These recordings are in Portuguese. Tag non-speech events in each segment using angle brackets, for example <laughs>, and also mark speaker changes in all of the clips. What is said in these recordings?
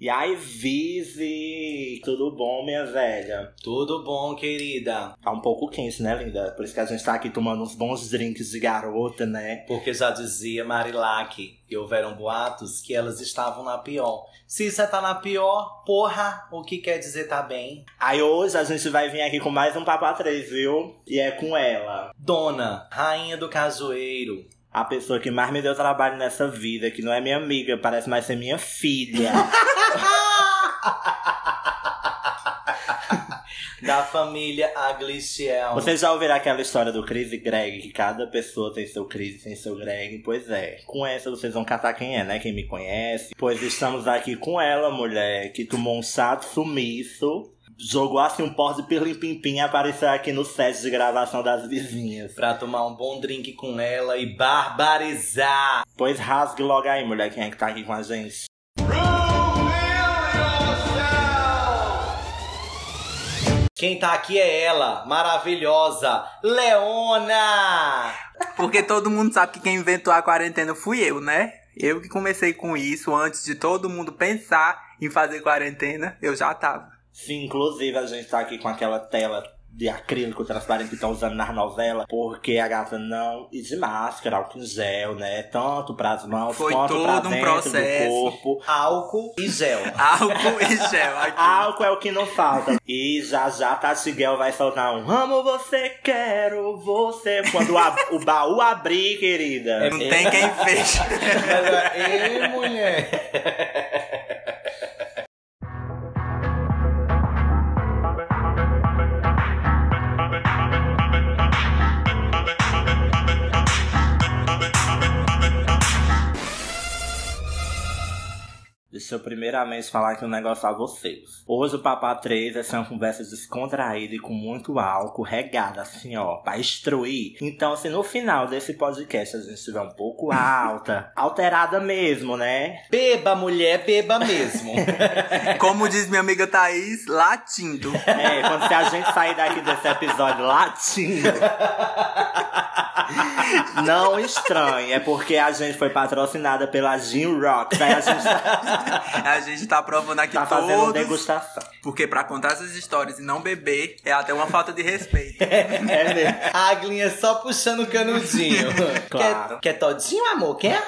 Speaker 1: E aí, Vizi! Tudo bom, minha velha?
Speaker 2: Tudo bom, querida?
Speaker 1: Tá um pouco quente, né, linda? Por isso que a gente tá aqui tomando uns bons drinks de garota, né?
Speaker 2: Porque já dizia Marilac que houveram boatos que elas estavam na pior. Se você tá na pior, porra, o que quer dizer tá bem?
Speaker 1: Aí hoje a gente vai vir aqui com mais um Papo a Três, viu? E é com ela.
Speaker 2: Dona, rainha do casoeiro.
Speaker 1: A pessoa que mais me deu trabalho nessa vida, que não é minha amiga, parece mais ser minha filha. <laughs>
Speaker 2: da família Agliciel.
Speaker 1: Vocês já ouviram aquela história do Chris e Greg, que cada pessoa tem seu Chris, tem seu Greg? Pois é, com essa vocês vão catar quem é, né? Quem me conhece. Pois estamos aqui com ela, mulher, que tomou um chato sumiço. Jogou assim um pó de pirlim-pim-pim e apareceu aqui no set de gravação das vizinhas.
Speaker 2: Pra tomar um bom drink com ela e barbarizar.
Speaker 1: Pois rasgue logo aí, mulher, quem é que tá aqui com a gente?
Speaker 2: Quem tá aqui é ela, maravilhosa, Leona!
Speaker 3: Porque todo mundo sabe que quem inventou a quarentena fui eu, né? Eu que comecei com isso antes de todo mundo pensar em fazer quarentena, eu já tava. <laughs>
Speaker 1: Sim, inclusive a gente tá aqui com aquela tela de acrílico transparente que estão usando nas novelas, porque a gata não. E de máscara, álcool em gel, né? Tanto pras mãos
Speaker 3: Foi
Speaker 1: quanto
Speaker 3: todo
Speaker 1: pra
Speaker 3: um
Speaker 1: dentro
Speaker 3: processo.
Speaker 1: do corpo.
Speaker 2: Álcool e gel.
Speaker 3: Álcool e gel aqui.
Speaker 1: Álcool é o que não falta. E já já Tati Guel vai soltar um Amo você, quero você. Quando a- o baú abrir, querida.
Speaker 3: É, Não
Speaker 1: <laughs>
Speaker 3: tem quem feche.
Speaker 2: Ela, Ei, mulher!
Speaker 1: Deixa eu primeiramente falar aqui um negócio a vocês. Hoje o Papá 3 vai ser é uma conversa descontraída e com muito álcool, regada assim, ó, pra instruir. Então, se no final desse podcast a gente estiver um pouco alta, alterada mesmo, né?
Speaker 2: Beba, mulher, beba mesmo.
Speaker 3: Como diz minha amiga Thaís, latindo.
Speaker 1: É, quando se a gente sair daqui desse episódio latindo. Não estranhe, é porque a gente foi patrocinada pela Gin Rock. Daí a gente
Speaker 3: A gente tá provando aqui
Speaker 1: tá fazendo
Speaker 3: todos.
Speaker 1: degustação.
Speaker 3: Porque pra contar essas histórias e não beber é até uma falta de respeito.
Speaker 1: É mesmo.
Speaker 2: A Aglinha só puxando o canudinho.
Speaker 1: Claro.
Speaker 2: Quer, quer todinho, amor? Quer?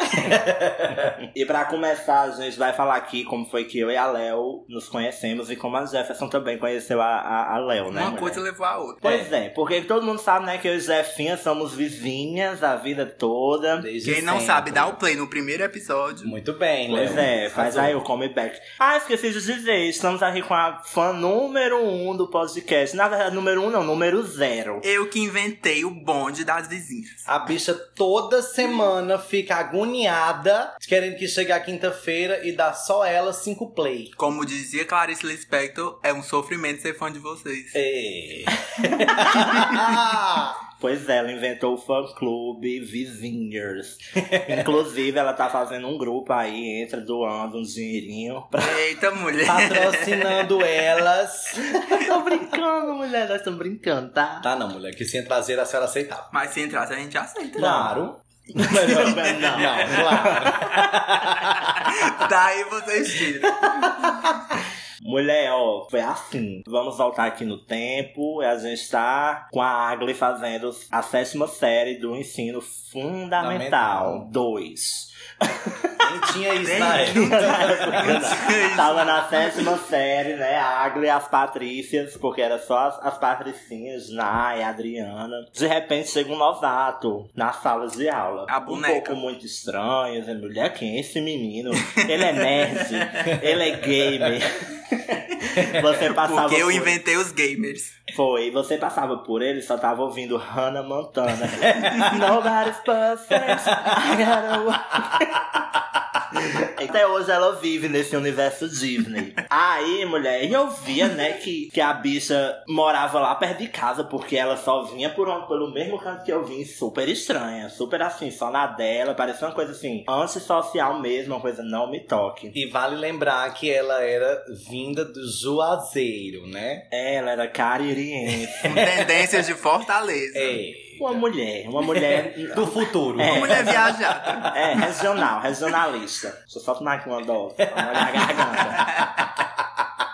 Speaker 1: E pra começar, a gente vai falar aqui como foi que eu e a Léo nos conhecemos e como a Jefferson também conheceu a, a, a Léo, né?
Speaker 3: Uma
Speaker 1: mulher?
Speaker 3: coisa levou a outra.
Speaker 1: Pois é, porque todo mundo sabe, né, que eu e Jefinha somos vizinhas a vida toda.
Speaker 2: Desde
Speaker 3: Quem não
Speaker 2: sempre.
Speaker 3: sabe, dá o play no primeiro episódio.
Speaker 2: Muito bem,
Speaker 1: Pois
Speaker 2: Léo. um
Speaker 1: é, faz aí o comeback. Ah, esqueci de dizer, estamos aqui com a fã número um do podcast. Na verdade, número um não, número zero.
Speaker 3: Eu que inventei o bonde das vizinhas.
Speaker 2: A bicha toda semana fica agoniada, querendo que chegue a quinta-feira e dá só ela cinco play.
Speaker 3: Como dizia Clarice Lispector, é um sofrimento ser fã de vocês.
Speaker 2: É Ei.
Speaker 1: Pois é, ela inventou o fã clube Vizinhas. Inclusive, ela tá fazendo um grupo aí, entra doando um dinheirinho pra
Speaker 3: Eita, mulher.
Speaker 2: <laughs> Patrocinando elas.
Speaker 1: Tô brincando, mulher, nós estamos brincando, tá?
Speaker 2: Tá não, mulher, que sem traseira a senhora aceitava.
Speaker 3: Mas se entrasse, a gente aceita.
Speaker 2: Claro.
Speaker 1: Não,
Speaker 2: Não,
Speaker 1: não.
Speaker 2: claro.
Speaker 3: Daí vocês tiram.
Speaker 1: <laughs> Mulher, ó, foi assim. Vamos voltar aqui no tempo. A gente tá com a Agli fazendo a sétima série do ensino fundamental
Speaker 2: Fundamental.
Speaker 1: 2.
Speaker 2: Nem tinha isso na
Speaker 3: Nem-
Speaker 2: época.
Speaker 1: Tava na sétima série, né? A Agli e as Patrícias, porque era só as, as Patricinhas, Nai, Adriana. De repente chega um novato na sala de aula.
Speaker 3: A
Speaker 1: Um
Speaker 3: boneca.
Speaker 1: pouco muito estranho, dizendo, mulher, quem é esse menino? Ele é nerd, ele é
Speaker 3: <laughs>
Speaker 1: gamer. Você passava
Speaker 3: Porque eu
Speaker 1: por-
Speaker 3: inventei os gamers.
Speaker 1: Foi, você passava por ele só tava ouvindo Hannah Montana. <laughs> Nobody's perfect, I gotta <laughs> work. Até Então, hoje ela vive nesse universo Disney. Aí, mulher, e eu via, né, que, que a bicha morava lá perto de casa, porque ela só vinha por um- pelo mesmo canto que eu vim, super estranha, super assim, só na dela, parecia uma coisa assim, antissocial mesmo, uma coisa não me toque.
Speaker 2: E vale lembrar que ela era vinda do Juazeiro, né?
Speaker 1: Ela era caririense.
Speaker 3: Com tendências de Fortaleza.
Speaker 2: Ei.
Speaker 1: Uma mulher, uma <laughs> mulher
Speaker 2: É. Do futuro.
Speaker 1: É.
Speaker 3: Uma mulher viajada.
Speaker 1: É, regional, regionalista. Deixa eu só tomar aqui uma dose. pra molhar a garganta.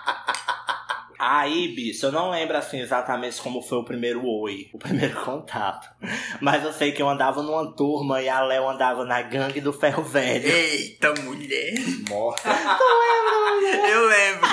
Speaker 1: Aí, bicho, eu não lembro assim exatamente como foi o primeiro oi, o primeiro contato. Mas eu sei que eu andava numa turma e a Léo andava na gangue do ferro velho.
Speaker 3: Eita, mulher.
Speaker 2: Morta.
Speaker 3: Eu lembro.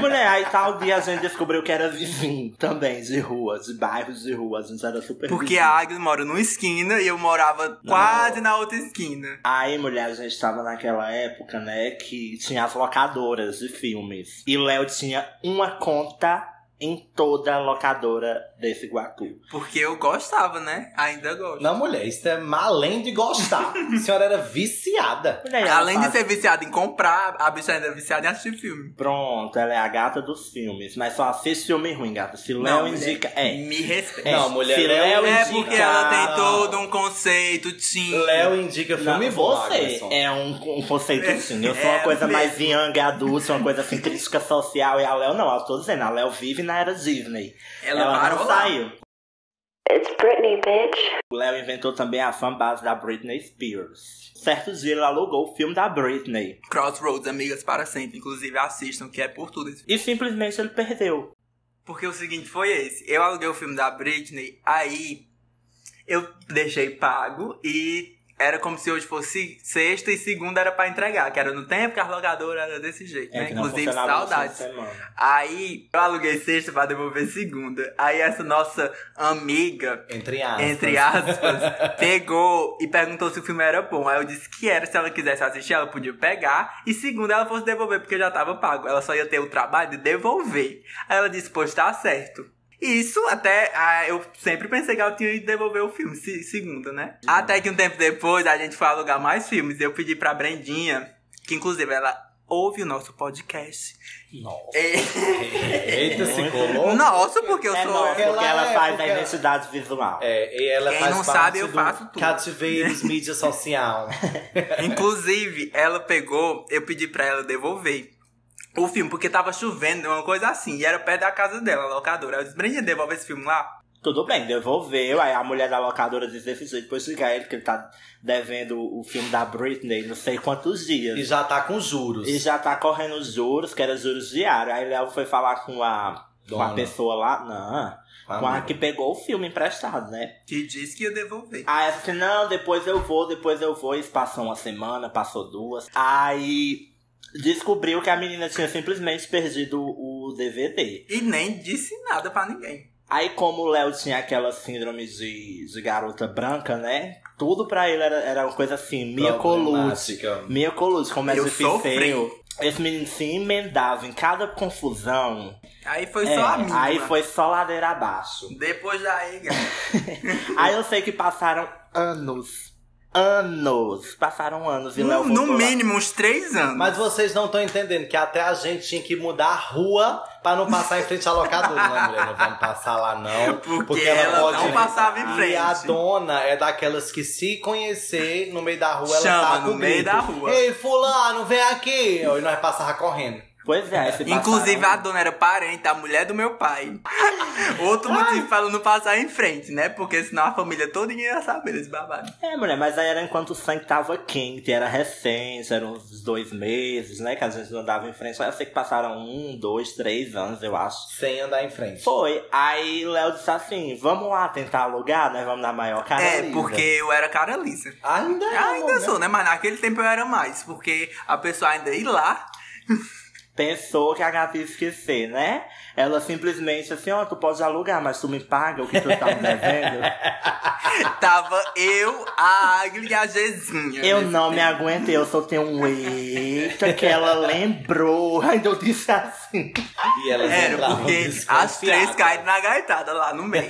Speaker 1: Mulher, aí tal dia a gente descobriu que era vizinho também, de rua, de bairros de rua. A gente era super
Speaker 3: Porque
Speaker 1: vizinho.
Speaker 3: a Agnes mora numa esquina e eu morava quase na outra esquina.
Speaker 1: Aí, mulher, a gente tava naquela época, né, que tinha as locadoras de filmes. E Léo tinha uma conta em toda a locadora desse Guatu.
Speaker 3: Porque eu gostava, né? Ainda gosto.
Speaker 2: Não, mulher, isso é mal além de gostar. A senhora era viciada.
Speaker 1: Mulher, ela
Speaker 3: Além de
Speaker 1: faz-
Speaker 3: ser viciada em comprar, a bicha ainda é viciada em assistir filme.
Speaker 1: Pronto, ela é a gata dos filmes. Mas só assiste filme ruim, gata. Se
Speaker 3: Não,
Speaker 1: Léo
Speaker 3: mulher.
Speaker 1: indica... É.
Speaker 3: Me respeita.
Speaker 1: É,
Speaker 2: Não, mulher,
Speaker 1: se
Speaker 2: Léo
Speaker 1: Léo
Speaker 3: é
Speaker 1: indica...
Speaker 3: porque ela tem
Speaker 2: Não.
Speaker 3: todo um conceito, sim.
Speaker 2: Léo indica
Speaker 1: Não,
Speaker 2: filme bom,
Speaker 1: você
Speaker 2: Agnes.
Speaker 1: é um, um conceito assim. Eu sou
Speaker 3: é
Speaker 1: uma coisa
Speaker 3: mesmo.
Speaker 1: mais young, adulta, uma coisa assim, crítica social. E a Léo não, eu tô dizendo, a Léo vive na era Disney.
Speaker 3: Ela,
Speaker 1: ela
Speaker 3: parou
Speaker 1: não
Speaker 3: lá.
Speaker 1: saiu.
Speaker 4: It's Britney, bitch.
Speaker 1: O Léo inventou também a fanbase da Britney Spears. Certo dia ele alugou o filme da Britney.
Speaker 3: Crossroads, amigas para sempre. Inclusive, assistam, que é por tudo isso.
Speaker 1: E simplesmente ele perdeu.
Speaker 3: Porque o seguinte foi esse. Eu aluguei o filme da Britney, aí eu deixei pago e era como se hoje fosse sexta e segunda era pra entregar, que era no tempo que a locadora era desse jeito, né?
Speaker 1: É, que não
Speaker 3: Inclusive,
Speaker 1: funcionava no fim de
Speaker 3: saudades.
Speaker 1: semana.
Speaker 3: Aí eu aluguei sexta pra devolver segunda. Aí essa nossa amiga,
Speaker 2: É. Entre aspas.
Speaker 3: entre aspas, <laughs> pegou e perguntou se o filme era bom. Aí eu disse que era, se ela quisesse assistir, ela podia pegar. E segunda, ela fosse devolver, porque já tava pago. Ela só ia ter o trabalho de devolver. Aí ela disse, pois tá certo. Isso até. ah, eu sempre pensei que ela tinha ido devolver o filme, se- segunda, né? Até que um tempo depois a gente foi alugar mais filmes. Eu pedi pra Brendinha, que inclusive ela ouve o nosso podcast. É,
Speaker 2: Nossa. Eita, se colou.
Speaker 3: <laughs> Nossa, porque eu
Speaker 1: É
Speaker 3: sou.
Speaker 1: não, porque ela,
Speaker 2: Ela é,
Speaker 1: faz
Speaker 2: porque
Speaker 1: a
Speaker 2: ela-
Speaker 1: identidade visual.
Speaker 2: É, e ela
Speaker 3: Quem
Speaker 2: faz
Speaker 3: não
Speaker 2: parte
Speaker 3: sabe, eu
Speaker 2: do
Speaker 3: faço tudo.
Speaker 2: Cativeiros mídia
Speaker 3: <laughs>
Speaker 2: social.
Speaker 3: Inclusive, ela pegou, eu pedi pra ela devolver o filme, porque tava chovendo, uma coisa assim, e era perto da casa dela, a locadora. Ela disse, Brenda, devolve esse filme lá.
Speaker 1: Tudo bem, devolveu. Aí a mulher da locadora diz desse jeito, depois liga ele que ele tá devendo o filme da Britney não sei quantos dias.
Speaker 2: E já tá com juros.
Speaker 1: E já tá correndo os juros, que era juros diários. Aí Léo foi falar com a, com a
Speaker 2: Dona.
Speaker 1: pessoa lá, não,
Speaker 2: Ah,
Speaker 1: com a
Speaker 2: não.
Speaker 1: que pegou o filme emprestado, né?
Speaker 3: Que disse que ia devolver.
Speaker 1: Aí ela disse, não, depois eu vou, depois eu vou. Isso passou uma semana, passou duas. Aí descobriu que a menina tinha simplesmente perdido o DVD.
Speaker 3: E nem disse nada pra ninguém.
Speaker 1: Aí como o Léo tinha aquela síndrome de, de garota branca, né? Tudo pra ele era, era uma coisa assim, Mia Colucci.
Speaker 2: Problemática.
Speaker 1: Mia Colucci, como é
Speaker 3: eu
Speaker 1: difícil.
Speaker 3: sofri.
Speaker 1: Esse menino se emendava em cada confusão.
Speaker 3: Aí foi
Speaker 1: É,
Speaker 3: só a minha.
Speaker 1: aí foi só ladeira abaixo.
Speaker 3: Depois daí, galera.
Speaker 1: Aí eu sei que passaram anos. Anos. Passaram anos e Léo
Speaker 3: no, no
Speaker 1: voltou lá.
Speaker 3: mínimo uns três anos.
Speaker 2: Mas vocês não estão entendendo que até a gente tinha que mudar a rua pra não passar em frente à locadora. Não, mulher, não vamos passar lá, não.
Speaker 3: <laughs> Porque, ela, não passava em
Speaker 2: E a
Speaker 3: frente.
Speaker 2: dona é daquelas que se conhecer no meio da rua,
Speaker 3: Chama
Speaker 2: ela tá
Speaker 3: no meio da rua.
Speaker 2: Ei, fulano, vem aqui! E nós passava correndo.
Speaker 1: Pois é, esse
Speaker 3: Inclusive, a
Speaker 1: passaram...
Speaker 3: dona era parente, a mulher do meu pai. <laughs> Outro motivo pra ela não passar em frente, né? Porque senão a família toda ia saber desse babado.
Speaker 1: É, mulher, mas aí era enquanto o sangue tava quente, era recente, eram uns dois meses, né? Que a gente não dava em frente. Aí eu sei que passaram um, dois, três anos, eu acho.
Speaker 2: Sem andar em frente.
Speaker 1: Foi. Aí Léo disse assim: vamos lá tentar alugar, né? Vamos na maior cara.
Speaker 3: é,
Speaker 1: lisa."
Speaker 3: porque eu era cara lisa.
Speaker 2: Ainda é,
Speaker 3: Ainda
Speaker 2: amor, né?
Speaker 3: sou, né? Mas naquele tempo eu era mais, porque a pessoa ainda ia lá. <laughs>
Speaker 1: Pensou que a gata ia esquecer, né? Ela simplesmente assim: ó, tu pode alugar, mas tu me paga o que tu tá me
Speaker 3: <laughs>
Speaker 1: devendo.
Speaker 3: Tava eu, a Agli e a Gezinha.
Speaker 1: Eu não me aguentei, eu só tenho um eita que ela lembrou. <laughs> Ainda eu disse assim.
Speaker 2: E elas
Speaker 3: Era
Speaker 2: entravam
Speaker 3: porque as
Speaker 2: desconfiadas.
Speaker 3: três caíram na gaitada lá
Speaker 1: <laughs>
Speaker 3: no meio.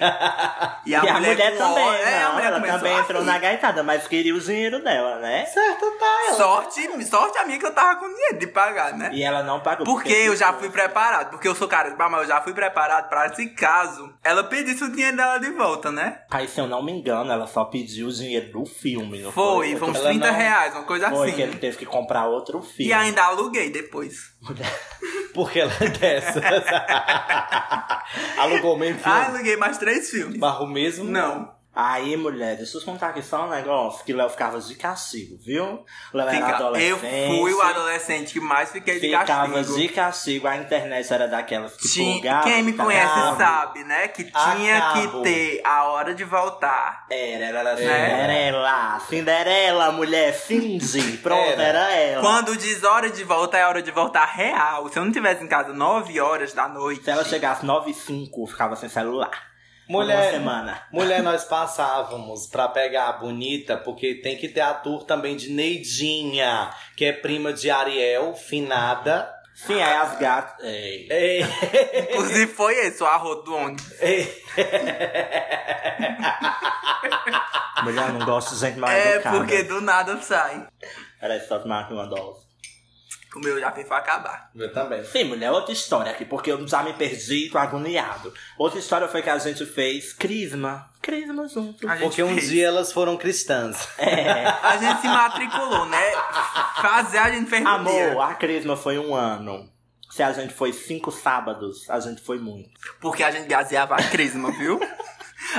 Speaker 3: E
Speaker 1: e a mulher
Speaker 3: com
Speaker 1: também,
Speaker 3: ódio- é,
Speaker 1: né?
Speaker 3: a mulher
Speaker 1: ela
Speaker 3: começou Ah,
Speaker 1: também
Speaker 3: a
Speaker 1: entrou
Speaker 3: rir.
Speaker 1: na gaitada, mas queria o dinheiro dela, né?
Speaker 2: Certo,
Speaker 3: <laughs>
Speaker 2: tá.
Speaker 3: Sorte, sorte a minha que eu tava com dinheiro de pagar, né?
Speaker 1: E ela não pagou. tipo,
Speaker 3: Porque eu já fui preparado, porque eu sou cara de pau, mas eu já fui preparado pra esse caso. Ela pedisse o dinheiro dela de volta, né?
Speaker 1: Aí, se eu não me engano, ela só pediu o dinheiro do filme, não
Speaker 3: Foi,
Speaker 1: foi?
Speaker 3: foi uns
Speaker 2: ela
Speaker 3: 30
Speaker 2: não-
Speaker 3: reais, uma coisa
Speaker 1: Foi que
Speaker 3: assim.
Speaker 1: ele teve que comprar outro filme.
Speaker 3: E ainda aluguei depois.
Speaker 2: Porque ela é dessas. Alugou meio filme.
Speaker 3: Ah, aluguei mais três filmes.
Speaker 2: Barro mesmo?
Speaker 3: Não.
Speaker 1: <laughs> Aí, mulher, deixa eu te contar aqui só um negócio que Léo ficava de castigo, viu? Léo era
Speaker 3: Fica- eu
Speaker 1: adolescente.
Speaker 3: fui o adolescente que mais fiquei de
Speaker 1: Ficava
Speaker 3: castigo.
Speaker 1: de castigo, a internet era daquelas que
Speaker 3: Tinha-
Speaker 1: pulgava.
Speaker 3: quem me
Speaker 1: tá
Speaker 3: conhece
Speaker 1: ligado?
Speaker 3: sabe, né? Que tinha
Speaker 2: Acabo.
Speaker 3: que ter a hora de voltar.
Speaker 1: Era, era, era
Speaker 3: Né?
Speaker 1: Cinderela. Cinderela, mulher, Cindy. Pronto, era, ela.
Speaker 3: Quando diz hora de voltar, é hora de voltar real. Se eu não tivesse em casa 9 horas da noite.
Speaker 1: Se ela chegasse 9 e 5, ficava sem celular. Uma
Speaker 2: Mulher,
Speaker 1: semana.
Speaker 2: mulher, nós passávamos pra pegar a bonita, porque tem que ter ator também de Neidinha, que é prima de Ariel, finada.
Speaker 1: Sim, aí as gatas. Ei.
Speaker 2: Ei,
Speaker 3: Inclusive foi esse o arroto do ônibus.
Speaker 2: ei.
Speaker 1: Mulher, não gosto de gente mal
Speaker 3: É,
Speaker 1: educada.
Speaker 3: porque do nada sai.
Speaker 1: Era só tomar aqui uma dose.
Speaker 3: O meu já fez pra acabar.
Speaker 2: Eu também.
Speaker 1: Sim, mulher, é outra história aqui, porque eu já me perdi e tô agoniado. Outra história foi que a gente fez Crisma. Crisma junto.
Speaker 3: A gente
Speaker 2: Porque um
Speaker 3: fez.
Speaker 2: dia elas foram cristãs.
Speaker 1: É.
Speaker 3: A gente se matriculou, né? Fazer a gente fez no
Speaker 1: Amor,
Speaker 3: dia.
Speaker 1: a Crisma foi um ano. Se a gente foi cinco sábados, a gente foi muito.
Speaker 3: Porque a gente gaseava a crisma,
Speaker 2: <laughs>
Speaker 3: viu?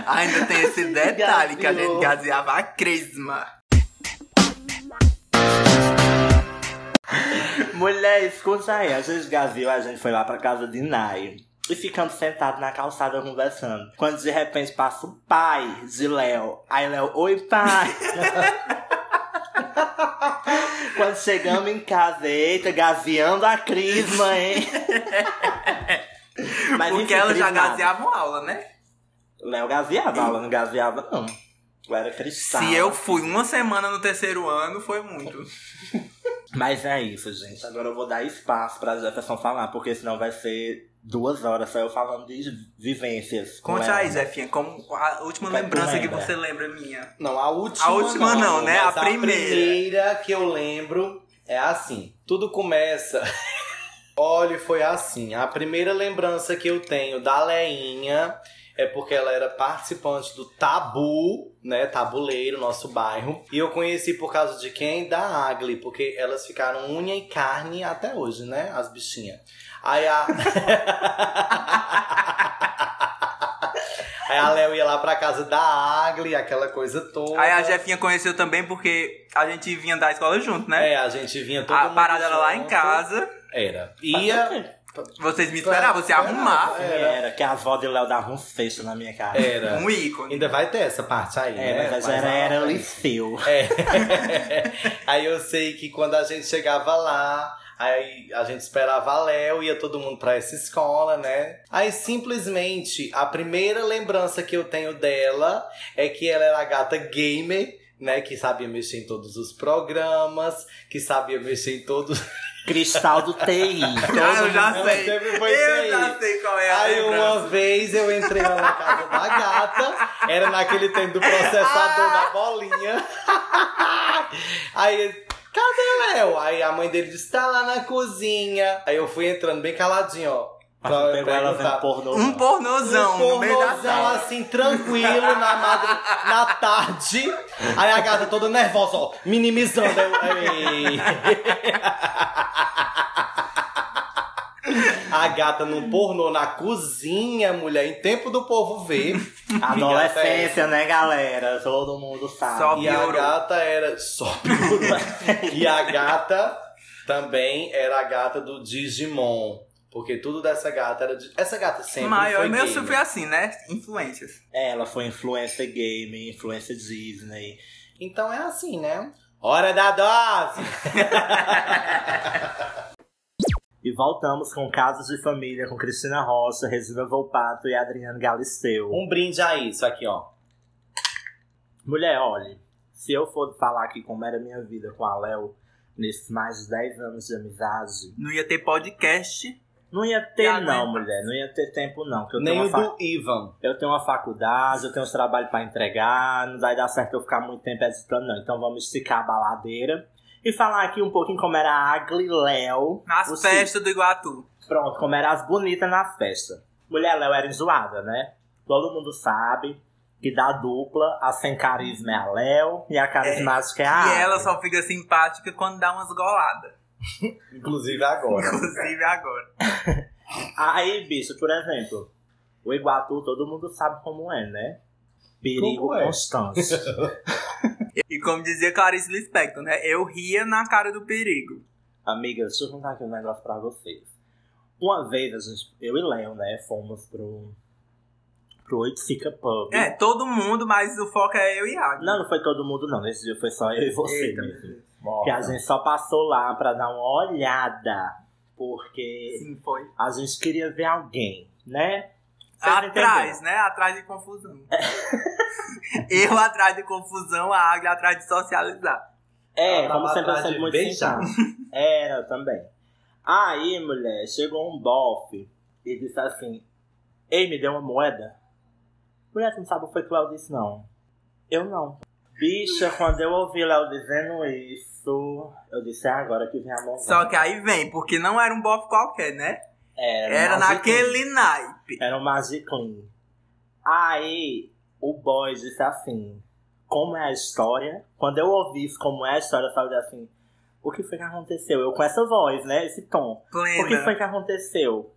Speaker 3: Ainda tem esse detalhe que a gente
Speaker 2: gaseou.
Speaker 3: gaseava a crisma.
Speaker 1: <laughs> Mulher, escuta aí, a gente gaviu, a gente foi lá pra casa de Nai. E ficamos sentados na calçada conversando. Quando de repente passa o pai de Léo. Aí Léo, oi <laughs> pai! Quando chegamos em casa, eita, gaviando a crisma, hein? <laughs> Mas
Speaker 3: Porque
Speaker 1: enfim,
Speaker 3: elas já
Speaker 1: crismado.
Speaker 3: gaseavam aula, né?
Speaker 1: Léo gaviava, ela não gaviava, não. Eu era
Speaker 2: Tá.
Speaker 1: cristã.
Speaker 3: Se eu fui uma semana no terceiro ano, foi muito.
Speaker 1: Mas é isso, gente. Agora eu vou dar espaço pra Jefferson falar, porque senão vai ser duas horas só eu falando de vivências. com
Speaker 3: Conte
Speaker 1: ela.
Speaker 2: é?
Speaker 3: aí, Zefinha, como a última
Speaker 1: Como é que tu
Speaker 3: lembrança que
Speaker 1: lembra?
Speaker 3: você lembra minha.
Speaker 2: Não, a última.
Speaker 3: A última não, né?
Speaker 2: mas
Speaker 3: A primeira.
Speaker 2: primeira que eu lembro é assim. Tudo começa. <laughs> Olha, foi assim. A primeira lembrança que eu tenho da Leinha é porque ela era participante do Tabu, né? Tabuleiro, nosso bairro. E eu conheci por causa de quem? Da Agli, porque elas ficaram unha e carne até hoje, né? As bichinhas. Aí a. <laughs> Aí a Léo ia lá pra casa da Agli, aquela coisa toda.
Speaker 3: Aí a Jefinha conheceu também porque a gente vinha da escola junto, né?
Speaker 2: É, a gente vinha todo
Speaker 3: A
Speaker 2: mundo
Speaker 3: parada era lá
Speaker 2: junto.
Speaker 3: em casa,
Speaker 2: Era.
Speaker 1: Mas
Speaker 2: Ia.
Speaker 1: por quê?
Speaker 3: vocês me esperavam se arrumar.
Speaker 1: Era. que a avó de Léo dava um fecho na minha cara.
Speaker 2: Era.
Speaker 3: Um ícone.
Speaker 2: Ainda vai ter essa parte aí,
Speaker 1: É,
Speaker 2: né?
Speaker 1: mas já era,
Speaker 2: lá
Speaker 1: era
Speaker 2: na frente.
Speaker 1: liceu.
Speaker 2: É. <laughs> aí eu sei que quando a gente chegava lá, aí a gente esperava a Léo, ia todo mundo pra essa escola, né? Aí simplesmente a primeira lembrança que eu tenho dela é que ela era a gata gamer. Né, que sabia mexer em todos os programas, que sabia mexer em todos.
Speaker 1: Cristal do TI.
Speaker 2: <laughs>
Speaker 3: Ah, eu já
Speaker 2: Ela
Speaker 3: sei.
Speaker 2: sempre Então, foi
Speaker 3: Eu
Speaker 2: bem.
Speaker 3: já sei qual é a
Speaker 2: Aí
Speaker 3: lembrança.
Speaker 2: uma vez eu entrei lá na casa da gata, era naquele tempo do processador da bolinha. <laughs> Aí, cadê Léo? Aí a mãe dele disse, tá lá na cozinha. Aí eu fui entrando bem caladinho, ó.
Speaker 1: Mas tu pegou ela
Speaker 2: Então, perguntar.
Speaker 1: vendo pornô.
Speaker 3: Um pornozão
Speaker 2: Um
Speaker 3: no meio da
Speaker 2: pornozão
Speaker 3: sala.
Speaker 2: assim, tranquilo, na, madru... na tarde. Aí a gata toda nervosa, ó, minimizando. Eu, ei. a gata no pornô, na cozinha, mulher, em tempo do povo ver.
Speaker 1: Adolescência, né, galera? Todo mundo sabe.
Speaker 3: Só
Speaker 2: E a
Speaker 3: Piorou.
Speaker 2: gata era. Só piorou. E a gata também era a gata do Digimon. Porque tudo dessa gata era. de- Essa gata sempre.
Speaker 3: Mas
Speaker 2: foi
Speaker 3: eu meu
Speaker 2: gamer.
Speaker 3: foi assim, né? Influências.
Speaker 1: Ela foi influência game, influência Disney.
Speaker 2: Então é assim, né? Hora da dose!
Speaker 1: E voltamos com Casos de Família com Cristina Rocha, Regina Volpato e Adriano Galisteu.
Speaker 2: Um brinde a isso aqui, ó.
Speaker 1: Mulher, olha, se eu for falar aqui como era a minha vida com a Léo nesses mais de 10 anos de amizade,
Speaker 3: Não ia ter podcast.
Speaker 1: não ia
Speaker 3: Já
Speaker 1: ter,
Speaker 3: não é
Speaker 1: não, mulher. Não ia ter tempo, não. Que eu,
Speaker 2: Nem
Speaker 1: tenho
Speaker 2: o
Speaker 1: uma fa-
Speaker 2: do Ivan.
Speaker 1: eu tenho uma faculdade, eu tenho uns trabalhos pra entregar, não vai dar certo eu ficar muito tempo editando, não. Então vamos esticar a baladeira. E falar aqui um pouquinho como era a Agli Léo.
Speaker 3: Nas
Speaker 1: o Cid.
Speaker 3: festas do Iguatu.
Speaker 1: Pronto, como era as bonitas na festa. Mulher Léo era enjoada, né? Todo mundo sabe que da dupla, a sem carisma é a Léo e a carismática é, a
Speaker 3: e ela
Speaker 1: Agli.
Speaker 3: só fica simpática quando dá umas goladas. <laughs>
Speaker 2: Inclusive agora.
Speaker 3: Inclusive agora.
Speaker 1: Aí, bicho, por exemplo, o Iguatu todo mundo sabe como é, né? Perigo
Speaker 2: Como é?
Speaker 3: <laughs>
Speaker 1: Constância.
Speaker 3: E como dizia Clarice Lispector, né? Eu ria na cara do perigo.
Speaker 1: Amigas, deixa eu contar aqui um negócio pra vocês. Uma vez, a gente, eu e Léo, né, fomos pro, pro Oito Fica Pub.
Speaker 3: É, todo mundo, mas o foco é eu e Águia.
Speaker 1: Não, não foi todo mundo, não. Nesse dia foi só eu e você
Speaker 3: Eita,
Speaker 1: mesmo. Que a gente só passou lá pra dar uma olhada. Porque
Speaker 3: Sim, foi.
Speaker 1: a gente queria ver alguém, né? Vocês
Speaker 3: Atrás, né? Atrás
Speaker 1: <laughs>
Speaker 3: de confusão. eu atrás de confusão, a Águia atrás de socializar.
Speaker 1: É,
Speaker 2: Ela tava
Speaker 1: como sempre, eu
Speaker 2: atrás
Speaker 1: sempre
Speaker 2: de
Speaker 1: muito
Speaker 2: beijar.
Speaker 1: simpática. <laughs> Era também. Aí, mulher, chegou um bofe e disse assim: Ei, me deu uma moeda? Mulher, tu não sabe o que foi que o Léo disse, não. Eu não. Bicha, quando eu ouvi Léo dizendo isso, eu disse: é agora que vem a mão.
Speaker 3: Só que aí vem, porque não era um bofe qualquer, né?
Speaker 1: era, um
Speaker 3: Era
Speaker 1: magiclin.
Speaker 3: naquele naipe.
Speaker 1: Era um magiclin. Aí, o boy disse assim: Como é a história? Quando eu ouvi isso, como é a história, eu falei assim: O que foi que aconteceu? Eu com essa voz, né? Esse tom. O que
Speaker 3: Plena.
Speaker 1: foi que aconteceu?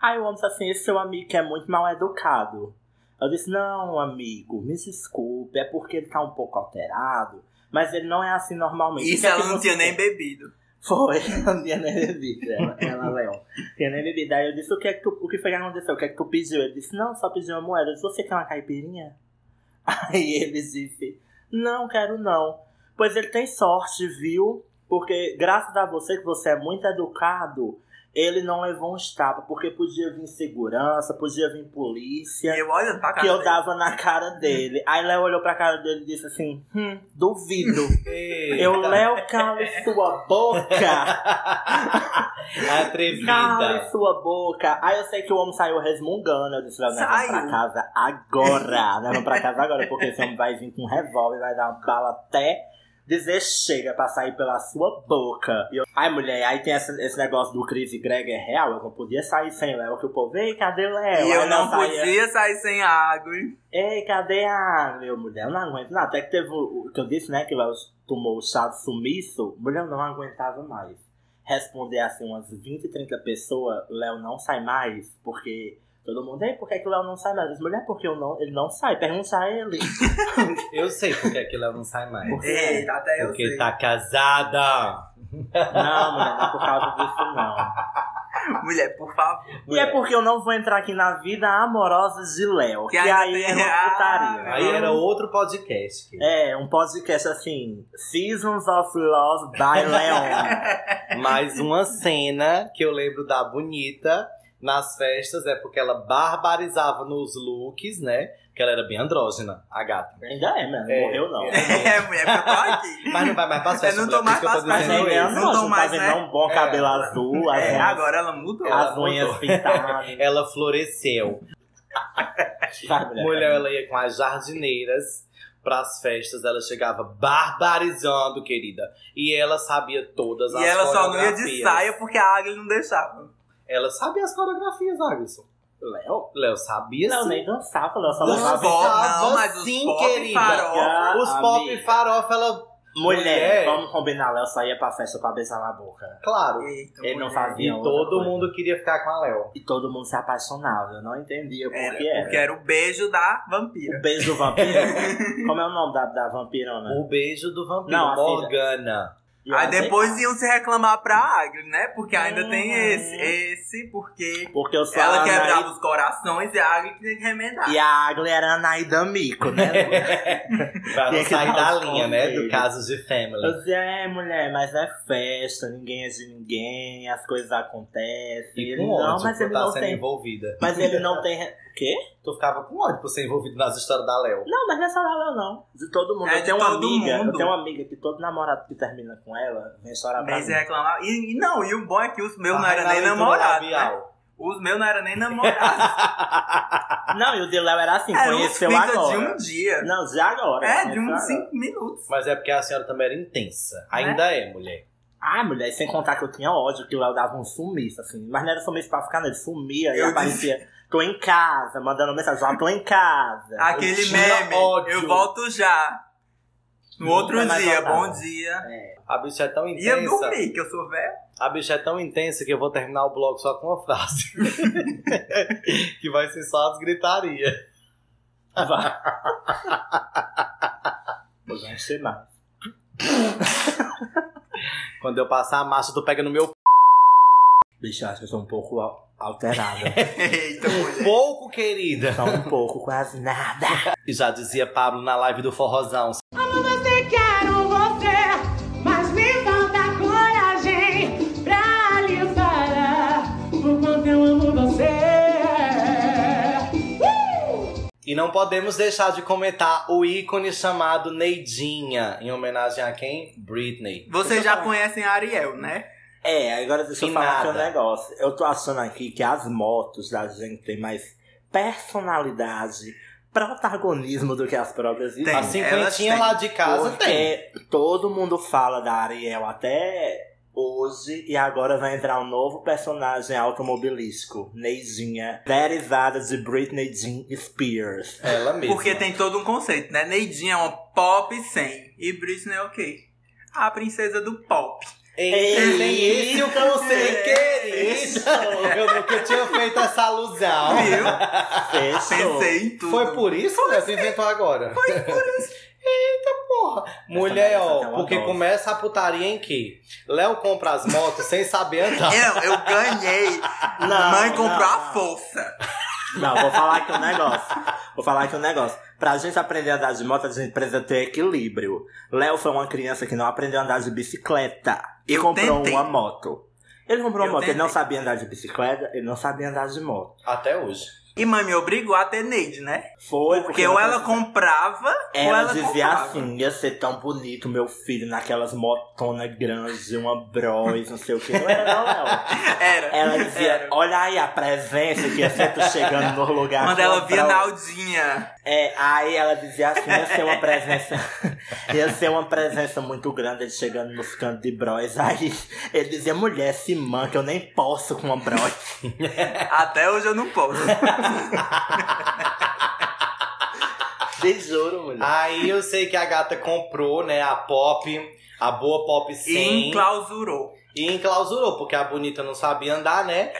Speaker 1: Aí o homem disse assim, esse seu amigo que é muito mal educado. Eu disse, não, amigo, me desculpe, é porque ele tá um pouco alterado, mas ele não é assim normalmente. O
Speaker 3: Isso
Speaker 1: que é que
Speaker 3: ela não
Speaker 1: você
Speaker 3: tinha nem
Speaker 1: quer?"
Speaker 3: bebido.
Speaker 1: Foi, <laughs> ela não tinha nem bebida, ela, ela Léo. Tinha nem bebida. Aí eu disse, o que, é que tu- o que foi que aconteceu? O que é que tu pediu? Ele disse, não, só pedi uma moeda. Eu disse, você quer uma caipirinha? <laughs> Aí ele disse, não, quero não. Pois ele tem sorte, viu? Porque graças a você, que você é muito educado, ele não levou um estapa. Porque podia vir segurança, podia vir
Speaker 3: E
Speaker 1: polícia.
Speaker 3: eu olhando pra
Speaker 1: Que
Speaker 3: cara
Speaker 1: eu
Speaker 3: dele.
Speaker 1: dava na cara dele. Aí Léo olhou pra cara dele e disse assim: hum,
Speaker 3: <laughs>
Speaker 1: duvido. Eu, Léo, cale sua boca. Cale
Speaker 2: Tá Atrevida.
Speaker 1: sua boca. Aí eu sei que o homem saiu resmungando. Eu disse, Léo, nós vamos pra
Speaker 3: Saiu.
Speaker 1: casa agora. <laughs> nós vamos pra casa agora, porque esse homem vai vir com um revólver, vai dar uma bala até dizer chega pra sair pela sua boca. E eu, Ai, mulher, aí tem essa- esse negócio do Chris e Greg é real. Eu não podia sair sem Léo, que o povo, ei, cadê Léo?
Speaker 3: E eu
Speaker 1: Aí
Speaker 3: não
Speaker 1: saía,
Speaker 3: podia sair sem água.
Speaker 1: Ei, cadê a meu mulher? Eu não aguento. Não, até que teve o o que eu disse, né? Que Léo tomou o chá de sumiço. Mulher, eu não aguentava mais. Responder assim umas 20, 30 pessoas, Léo não sai mais, porque todo mundo, ei, por que, que o Léo não sai mais? Eu disse, mulher, porque eu não, ele não sai. Pergunta a
Speaker 3: <laughs>
Speaker 1: ele.
Speaker 2: <laughs> Eu sei porque aquilo não sai mais.
Speaker 1: é,
Speaker 3: Eita, até eu
Speaker 2: Porque
Speaker 3: sei.
Speaker 2: tá casada.
Speaker 1: não, mulher, não é por causa disso, não.
Speaker 3: Mulher, por favor.
Speaker 1: E é porque eu não vou entrar aqui na vida amorosa de Léo.
Speaker 3: Que
Speaker 1: Que,
Speaker 3: ainda
Speaker 1: aí
Speaker 3: tem- <laughs> Ah,
Speaker 1: é uma putaria.
Speaker 2: Aí era outro podcast. querida.
Speaker 1: É, um podcast assim, Seasons of Love by Leon.
Speaker 3: <laughs>
Speaker 2: É. Mais uma cena que eu lembro da Bonita nas festas é porque ela barbarizava nos looks, né? Porque ela era bem andrógena, a gata.
Speaker 1: Ainda é, mano.
Speaker 2: É.
Speaker 1: Morreu não.
Speaker 3: <laughs> É, mulher, porque eu tô aqui.
Speaker 1: <laughs>
Speaker 2: Mas não vai mais pra festa,
Speaker 3: <laughs> Eu não tô
Speaker 2: mulher, por
Speaker 3: mais
Speaker 2: isso que
Speaker 3: pra
Speaker 1: Mas
Speaker 2: eu tô dizendo
Speaker 3: festa,
Speaker 1: não
Speaker 3: né?
Speaker 1: é,
Speaker 2: isso.
Speaker 1: não,
Speaker 3: Não tão
Speaker 1: não tá
Speaker 3: mais,
Speaker 1: vendo
Speaker 3: né?
Speaker 1: um bom
Speaker 2: É.
Speaker 1: cabelo azul, as
Speaker 3: É,
Speaker 1: unhas-
Speaker 3: agora ela mudou.
Speaker 1: as unhas pintadas.
Speaker 2: Ela floresceu.
Speaker 1: Vai, mulher.
Speaker 2: Mulher, ela ia com as jardineiras pras festas, ela chegava barbarizando, querida. E ela sabia todas as
Speaker 3: E ela só não ia de
Speaker 2: coreografias.
Speaker 3: saia porque a águia não deixava.
Speaker 2: Ela sabia as coreografias, Aglisson. Léo? Léo sabia
Speaker 1: Não,
Speaker 2: sim.
Speaker 1: nem dançava, ela só
Speaker 2: Não,
Speaker 3: Os
Speaker 1: dançava.
Speaker 2: vó-
Speaker 3: pop, não,
Speaker 2: Dançava
Speaker 3: mas os
Speaker 2: sim,
Speaker 3: pop
Speaker 2: querida.
Speaker 3: farol.
Speaker 1: Ah,
Speaker 2: Os pop
Speaker 1: amiga.
Speaker 2: farofa, ela...
Speaker 1: Mulher,
Speaker 2: Mulher.
Speaker 1: vamos combinar, Léo só ia pra festa pra beijar na boca.
Speaker 2: Claro.
Speaker 3: Eita,
Speaker 1: Ele não
Speaker 3: mulher.
Speaker 1: fazia
Speaker 2: E
Speaker 1: outra
Speaker 2: todo
Speaker 1: coisa.
Speaker 2: mundo queria ficar com a Léo.
Speaker 1: E todo mundo se apaixonava, eu não entendia por
Speaker 3: Era,
Speaker 1: que era.
Speaker 3: Porque era o beijo da vampira.
Speaker 1: O beijo do vampiro. Como é o nome da, da vampirona?
Speaker 2: O beijo do vampiro,
Speaker 1: Não, a filha.
Speaker 2: Morgana.
Speaker 1: Eu
Speaker 3: Aí
Speaker 1: achei-
Speaker 3: depois iam se reclamar pra Agri, né? Porque ainda
Speaker 1: Uhum.
Speaker 3: tem esse. Esse, porque
Speaker 1: Porque eu sou a
Speaker 3: ela
Speaker 1: Ana
Speaker 3: quebrava os corações e a Agri tinha que remendar.
Speaker 1: e... e a Agla era a Naida Mico, né?
Speaker 2: Pra
Speaker 1: Tinha que
Speaker 2: não sair da
Speaker 1: dar os
Speaker 2: linha, né? Do
Speaker 1: conselhos.
Speaker 2: caso de Family.
Speaker 1: Eu disse, é, mulher, mas é festa, ninguém é de ninguém, as coisas acontecem.
Speaker 2: E
Speaker 1: Ele,
Speaker 2: com
Speaker 1: não,
Speaker 2: ódio
Speaker 1: mas
Speaker 2: por
Speaker 1: ele
Speaker 2: estar
Speaker 1: não
Speaker 2: sendo
Speaker 1: tem.
Speaker 2: envolvida.
Speaker 1: <laughs> Mas ele não tem. re- O quê?
Speaker 2: Tu ficava com ódio por ser envolvido nas histórias da Léo.
Speaker 1: Não, mas não é só ela, não. De todo mundo.
Speaker 3: É
Speaker 1: eu
Speaker 3: de
Speaker 1: tenho uma
Speaker 3: todo
Speaker 1: amiga.
Speaker 3: mundo.
Speaker 1: Eu tenho uma amiga que todo namorado que termina com ela vem chorar pra
Speaker 3: Vem
Speaker 1: mim.
Speaker 3: se reclamar. E, e não, e o bom é que os meus não
Speaker 2: Ai,
Speaker 3: eram
Speaker 2: na
Speaker 3: nem
Speaker 2: leitura
Speaker 3: namorados. né?
Speaker 2: labial.
Speaker 3: Os meus não eram nem namorados.
Speaker 1: Não, e o de Léo era assim,
Speaker 3: Era
Speaker 1: <laughs>
Speaker 3: uns
Speaker 1: conheceu
Speaker 3: fica
Speaker 1: agora.
Speaker 3: de um dia.
Speaker 1: Não, de um agora.
Speaker 3: É, de
Speaker 1: conheceu
Speaker 3: uns
Speaker 1: agora.
Speaker 3: 5 minutos.
Speaker 2: Mas é porque a senhora também era
Speaker 3: Né?
Speaker 2: intensa. Ainda é, mulher.
Speaker 1: Ah, mulher, sem contar que eu tinha ódio, que o Léo dava um sumiço, assim. Mas não era sumiço pra ficar, não. Ele sumia
Speaker 3: Eu
Speaker 1: e aparecia. Tô em casa, mandando mensagem, ó, tô em casa.
Speaker 3: Aquele
Speaker 2: tinha
Speaker 3: meme,
Speaker 2: ódio.
Speaker 3: eu volto já. No
Speaker 1: Nunca
Speaker 3: outro
Speaker 1: mais
Speaker 3: dia,
Speaker 1: voltava.
Speaker 3: bom dia.
Speaker 2: A bicha é tão
Speaker 3: Ia
Speaker 2: intensa.
Speaker 3: dormir, que eu sou
Speaker 1: <laughs>
Speaker 3: velho.
Speaker 2: A bicha é tão intensa que eu vou terminar o bloco <laughs> só com uma frase. que vai ser só as gritarias.
Speaker 1: Hoje não sei mais.
Speaker 2: Quando eu passar a massa, tu pega no meu
Speaker 1: Bicho, eu acho que eu sou um pouco al- <laughs> alterada.
Speaker 3: Eita, mulher.
Speaker 2: pouco, querida.
Speaker 1: Só um pouco, quase nada.
Speaker 2: E já dizia Pablo na live do Forrozão.
Speaker 5: Amo você, quero você, mas me falta coragem pra lhe falar o quanto eu amo você. Uh!
Speaker 2: E não podemos deixar de comentar o ícone chamado Neidinha, em homenagem a quem? Britney.
Speaker 1: Então
Speaker 3: Vocês
Speaker 1: tá
Speaker 3: já conhecem a Ariel, né?
Speaker 1: É, agora deixa eu
Speaker 2: E
Speaker 1: falar aqui um
Speaker 2: nada.
Speaker 1: negócio. Eu tô achando aqui que as motos da gente tem mais personalidade, protagonismo do que as próprias
Speaker 3: Tem.
Speaker 2: A
Speaker 1: imagens.
Speaker 3: elas
Speaker 2: cinquentinha
Speaker 3: têm.
Speaker 2: lá de casa tem.
Speaker 1: Porque todo mundo fala da Ariel até hoje e agora vai entrar um novo personagem automobilístico, Neidinha, derivada de Britney Jean <laughs> Spears.
Speaker 2: Ela mesma.
Speaker 3: Porque tem todo um conceito, né? Neidinha é uma pop 100 e Britney é o quê? A princesa do pop.
Speaker 2: Ei, tem
Speaker 1: Ei,
Speaker 2: esse o conceito,
Speaker 1: isso.
Speaker 2: querida.
Speaker 1: É.
Speaker 2: Eu nunca tinha feito essa
Speaker 1: Ah,
Speaker 2: alusão.
Speaker 1: <laughs>
Speaker 3: Viu?
Speaker 1: Fechou.
Speaker 3: Pensei em tudo.
Speaker 2: Foi por isso que você inventou agora? Foi por isso. Eita porra. Mulher,
Speaker 1: Essa mulher,
Speaker 2: ó,
Speaker 1: essa
Speaker 2: porque
Speaker 1: é uma
Speaker 2: começa a putaria em que? Léo compra as motos sem saber andar.
Speaker 3: <laughs> Eu, eu ganhei.
Speaker 1: Não,
Speaker 3: Mãe comprou
Speaker 1: não,
Speaker 3: a
Speaker 1: não.
Speaker 3: força.
Speaker 1: Não, vou falar aqui um negócio. Vou falar aqui um negócio. Pra gente aprender a andar de moto, a gente precisa ter equilíbrio. Léo foi uma criança que não aprendeu a andar de bicicleta. E
Speaker 3: Eu
Speaker 1: comprou
Speaker 3: tentei.
Speaker 1: uma moto. Ele comprou
Speaker 3: Eu
Speaker 1: uma moto, ele não
Speaker 3: tentei.
Speaker 1: sabia andar de bicicleta, ele não sabia andar de moto.
Speaker 2: Até hoje.
Speaker 3: E mãe me obrigou a ter Neide, né?
Speaker 1: Foi
Speaker 3: Porque ou ela comprava, ou
Speaker 1: Ela,
Speaker 3: ela
Speaker 1: dizia
Speaker 3: comprava.
Speaker 1: assim, ia ser tão bonito, meu filho, naquelas motonas grandes, uma bros, não sei o que. Não era, não, Léo.
Speaker 3: Era.
Speaker 1: Ela dizia,
Speaker 3: Era.
Speaker 1: olha aí a presença que ia ser tu chegando no lugar.
Speaker 3: Quando
Speaker 1: com
Speaker 3: ela
Speaker 1: uma
Speaker 3: via
Speaker 1: bros."
Speaker 3: Naldinha.
Speaker 1: É, aí ela dizia assim, ia ser uma presença. <laughs> ia ser uma presença muito grande ele chegando nos cantos de bros. Aí ele dizia, mulher, se manca, eu nem posso com uma
Speaker 3: <laughs>
Speaker 1: bros.
Speaker 3: Até hoje eu não posso.
Speaker 1: Te juro, mulher.
Speaker 2: Aí eu sei que a gata comprou, né, a pop, a boa pop
Speaker 3: E
Speaker 2: sim.
Speaker 3: enclausurou.
Speaker 2: E enclausurou, porque a bonita não sabia andar, né?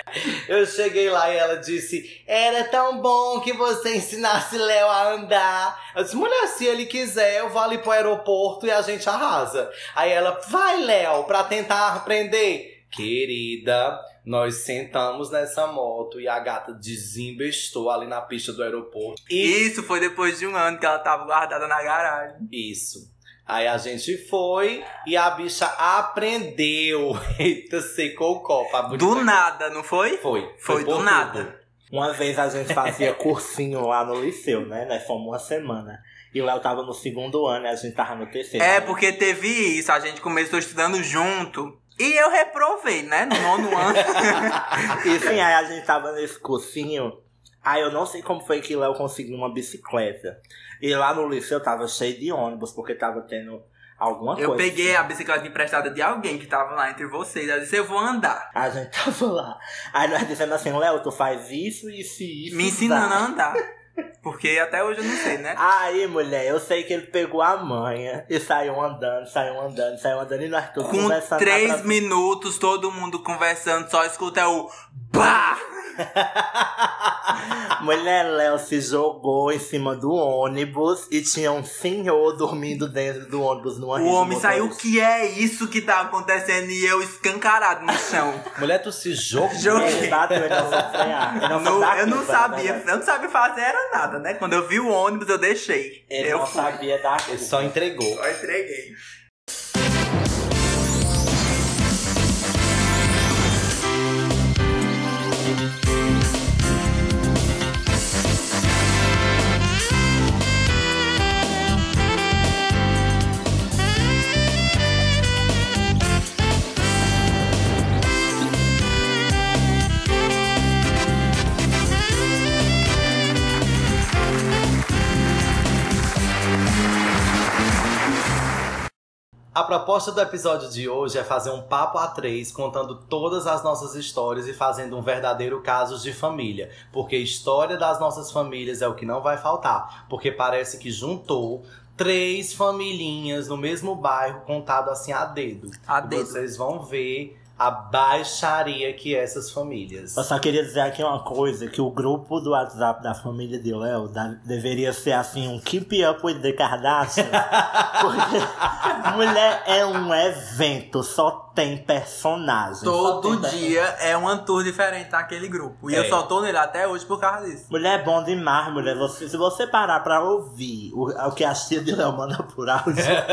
Speaker 2: Eu cheguei lá e ela disse: Era tão bom que você ensinasse Léo a andar. Eu disse: Mulher, se ele quiser, eu vou ali pro aeroporto e a gente arrasa. Aí ela: Vai, Léo, pra tentar aprender. Querida, nós sentamos nessa moto e a gata desembestou ali na pista do aeroporto. E
Speaker 3: Isso foi depois de um ano que ela tava guardada na garagem.
Speaker 2: isso. Aí a gente foi e a bicha aprendeu. <laughs> Eita, secou o copo. A bonita
Speaker 3: Do nada, não foi?
Speaker 2: Foi.
Speaker 3: Foi
Speaker 2: por
Speaker 3: do nada.
Speaker 1: Uma vez a gente fazia cursinho lá no liceu, né? Nós fomos uma semana. E o Léo tava no segundo ano e a gente tava no terceiro.
Speaker 3: É, porque teve isso, a gente começou estudando junto. E eu reprovei, né? No nono ano.
Speaker 1: E sim, aí a gente tava nesse cursinho. Aí eu não sei como foi que Léo conseguiu uma bicicleta. E lá no liceu tava cheio de ônibus, porque tava tendo alguma
Speaker 3: Eu
Speaker 1: coisa.
Speaker 3: peguei a bicicleta emprestada de alguém que tava lá entre vocês. Ela disse, eu vou andar.
Speaker 1: A gente tá tava lá. Aí nós dizendo assim, Léo, tu faz isso, isso e isso.
Speaker 3: Me ensinando a
Speaker 1: dá.
Speaker 3: andar. Porque até hoje eu não sei, né?
Speaker 1: Aí, mulher, eu sei que ele pegou a manha e saiu andando, saiu andando, saiu andando e nós todos
Speaker 3: Com
Speaker 1: conversando. na
Speaker 3: três
Speaker 1: praça.
Speaker 3: minutos, todo mundo conversando, só escuta o BÁ!
Speaker 1: Mulher, Léo se jogou em cima do ônibus e tinha um senhor dormindo dentro do ônibus numa
Speaker 3: O
Speaker 1: rede de
Speaker 3: homem saiu, o
Speaker 1: motorista.
Speaker 3: que é isso que tá acontecendo? E eu escancarado no
Speaker 2: <laughs>
Speaker 3: chão.
Speaker 2: Mulher, tu se
Speaker 3: <laughs>
Speaker 2: jogou.
Speaker 3: Joguei.
Speaker 1: Ele bateu, ele não soube frear. Ele não soube
Speaker 3: Não,
Speaker 1: dar
Speaker 3: eu não
Speaker 2: é
Speaker 1: curva,
Speaker 3: sabia,
Speaker 1: na verdade.
Speaker 3: eu não sabia fazer era nada, né? Quando eu vi o ônibus, eu deixei.
Speaker 1: Ele
Speaker 2: É,
Speaker 3: eu
Speaker 1: não
Speaker 3: fui.
Speaker 1: sabia dar
Speaker 2: Ele
Speaker 1: curva.
Speaker 2: só entregou.
Speaker 3: Só entreguei.
Speaker 2: A proposta do episódio de hoje é fazer um papo a três, contando todas as nossas histórias e fazendo um verdadeiro caso de família. Porque história das nossas famílias é o que não vai faltar. Porque parece que juntou três familhinhas no mesmo bairro, contado assim a dedo.
Speaker 3: A
Speaker 2: E
Speaker 3: dedo.
Speaker 2: Vocês vão ver a baixaria que é essas famílias.
Speaker 1: Eu só queria dizer aqui uma coisa, que o grupo do WhatsApp da família de Léo da- deveria ser assim, um Keep Up with the
Speaker 2: <laughs>
Speaker 1: Kardashians. Porque mulher é um evento, só tem personagem.
Speaker 3: Todo
Speaker 1: só tem
Speaker 3: dia é uma tour diferente daquele grupo. E
Speaker 2: né? É.
Speaker 3: eu só tô nele até hoje por causa
Speaker 2: <laughs>
Speaker 3: disso.
Speaker 1: Mulher é bom demais, mulher. Você- se você parar pra ouvir o, o que a tia de Léo manda por áudio,
Speaker 2: É.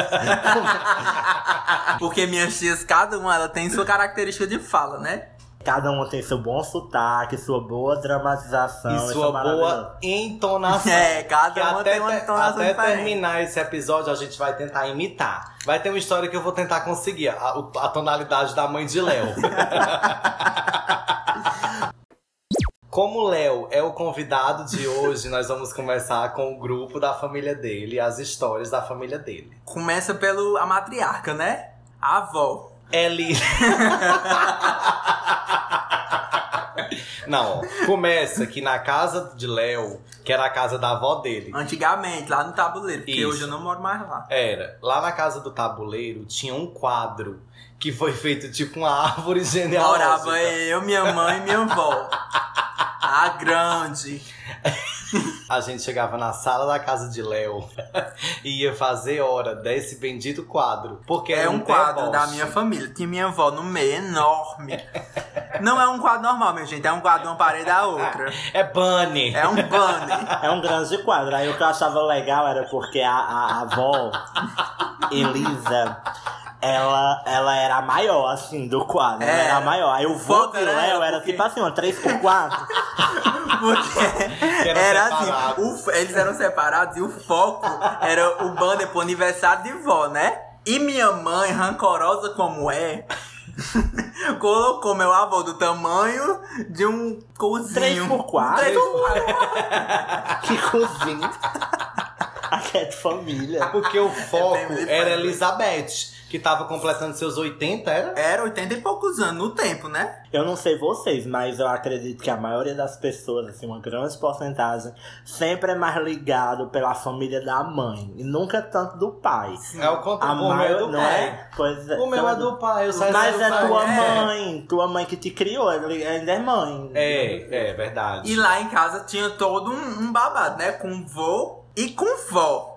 Speaker 3: Porque minhas tias, cada uma, ela tem sua característica de fala, né?
Speaker 1: cada um tem seu bom sotaque, sua boa dramatização.
Speaker 2: E
Speaker 1: isso é
Speaker 2: sua
Speaker 1: maravilhoso.
Speaker 2: boa entonação.
Speaker 3: É,
Speaker 2: Que
Speaker 3: cada uma
Speaker 2: até,
Speaker 3: tem uma
Speaker 2: te-
Speaker 3: entonação
Speaker 2: até
Speaker 3: diferente.
Speaker 2: terminar esse episódio, a gente vai tentar imitar. Vai ter uma história que eu vou tentar conseguir. A, o- a tonalidade da mãe de
Speaker 3: <laughs>
Speaker 2: Léo. Como Léo é o convidado de hoje, nós vamos começar com o grupo da família dele, as histórias da família dele.
Speaker 3: Começa pelo a matriarca, né? A avó.
Speaker 2: Eli. <laughs> Não, ó, começa que na casa de Léo, que era a casa da avó dele,
Speaker 3: Antigamente, lá no tabuleiro, porque
Speaker 2: Isso.
Speaker 3: hoje eu não moro mais lá.
Speaker 2: Era. Lá na casa do tabuleiro tinha um quadro que foi feito tipo uma árvore genealógica.
Speaker 3: Morava eu, minha mãe e minha avó. A grande.
Speaker 2: A gente chegava na sala da casa de Léo <laughs> e ia fazer hora desse bendito quadro. Porque
Speaker 3: É
Speaker 2: era
Speaker 3: um quadro da
Speaker 2: deboche.
Speaker 3: minha família. Tinha minha avó no meio, enorme. Não é um quadro normal, minha gente. É um quadro de uma parede da outra.
Speaker 2: É Bunny.
Speaker 3: É um banner.
Speaker 1: É um grande quadro. Aí o que eu achava legal era porque a, a- a avó, Elisa, ela, ela era a maior, assim, do quadro. Ela
Speaker 3: É.
Speaker 1: era a maior. Aí o vô
Speaker 3: Foda,
Speaker 1: de
Speaker 3: né?
Speaker 1: Léo era
Speaker 3: Porque-
Speaker 1: tipo assim, uma 3x4.
Speaker 3: Porque
Speaker 2: Eram
Speaker 3: era assim,
Speaker 2: separados.
Speaker 3: o- eles eram separados e o foco era o banner pro aniversário de vó, né? E minha mãe, rancorosa como é, <laughs> colocou meu avô do tamanho de um cozinho.
Speaker 1: Três por quatro?
Speaker 3: 3 por 4.
Speaker 1: que cozinha. Aqui é de família.
Speaker 2: Porque o foco
Speaker 3: <laughs> É bem diferente.
Speaker 2: era Elizabeth, que tava completando seus 80, era?
Speaker 3: Era 80 e poucos anos no tempo, né?
Speaker 1: Eu não sei vocês, mas eu acredito que a maioria das pessoas, assim, uma grande porcentagem, sempre é mais ligado pela família da mãe. E nunca tanto do pai.
Speaker 2: É o
Speaker 1: A
Speaker 2: contrário. O meu é
Speaker 1: maior,
Speaker 2: do
Speaker 1: não
Speaker 2: pai.
Speaker 1: é? Pois é.
Speaker 2: O meu
Speaker 1: então
Speaker 2: é do pai, eu saio
Speaker 1: Mas
Speaker 2: sendo
Speaker 1: é
Speaker 2: pai.
Speaker 1: tua
Speaker 3: É.
Speaker 1: mãe, tua mãe que te criou, ela ainda é mãe.
Speaker 2: É, é verdade.
Speaker 3: E lá em casa tinha todo um, um babado, né? Com vô e com vó.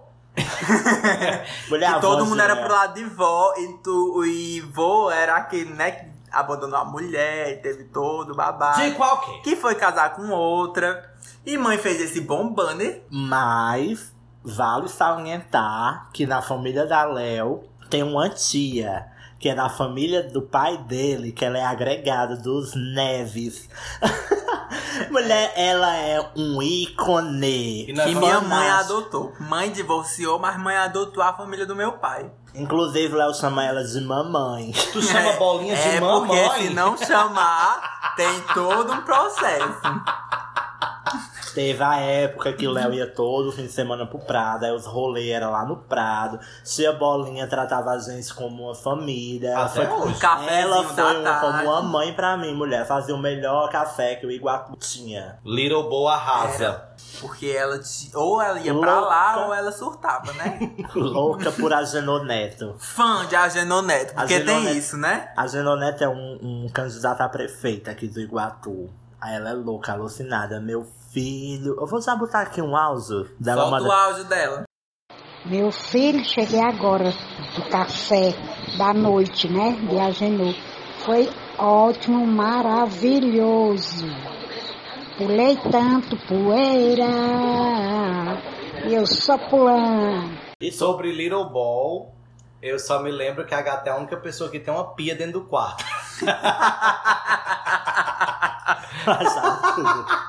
Speaker 1: Mulher,
Speaker 3: Que
Speaker 1: a
Speaker 3: todo
Speaker 1: voz
Speaker 3: mundo
Speaker 1: de
Speaker 3: era
Speaker 1: mulher.
Speaker 3: pro lado de vó e, tu, e vó era aquele, né, que abandonou a mulher e teve todo o babado.
Speaker 2: De qualquer.
Speaker 3: Que foi casar com outra. E mãe fez esse bom banner.
Speaker 1: Mas vale salientar que na família da Léo tem uma tia. Que é da família do pai dele, que ela é agregada dos Neves. <laughs> Mulher, ela é um ícone.
Speaker 2: E na
Speaker 3: que
Speaker 2: Mas
Speaker 3: minha
Speaker 1: fantástico.
Speaker 3: mãe adotou. Mãe divorciou, mas mãe adotou a família do meu pai.
Speaker 1: Inclusive, Léo chama ela de mamãe.
Speaker 2: Tu chama
Speaker 3: É,
Speaker 2: bolinha de
Speaker 3: é
Speaker 2: mamãe?
Speaker 3: porque se não chamar, tem todo um processo.
Speaker 1: Teve a época que o Léo ia todo fim de semana pro Prado, aí os rolês eram lá no Prado. Tia Bolinha tratava a gente como uma família. Ela
Speaker 2: Até
Speaker 1: foi,
Speaker 3: O café
Speaker 1: ela foi
Speaker 3: da
Speaker 1: uma- como
Speaker 3: tarde.
Speaker 1: uma mãe pra mim, mulher. Fazia o melhor café que o Iguatu tinha.
Speaker 2: Little Boa arrasa.
Speaker 3: Porque ela ti- ou ela ia pra
Speaker 1: Louca.
Speaker 3: lá ou ela surtava, né?
Speaker 1: Louca por Agenor Neto.
Speaker 3: Fã de Agenor Neto, porque
Speaker 1: Agenor
Speaker 3: tem
Speaker 1: Neto.
Speaker 3: isso, né?
Speaker 1: Agenor Neto é um, um candidato a prefeita aqui do Iguatu. Aí ela é louca, alucinada. Meu filho. Eu vou já botar aqui um áudio dela
Speaker 3: Solta
Speaker 1: mandando.
Speaker 3: o áudio dela.
Speaker 6: Meu filho, cheguei agora do café da noite, né? De Agenor. Foi ótimo, maravilhoso. Pulei tanto poeira. E eu só pulando.
Speaker 2: E sobre Little Ball, eu só me lembro que a gata é a única pessoa que tem uma pia dentro do <laughs> quarto.
Speaker 1: Eu achava tudo.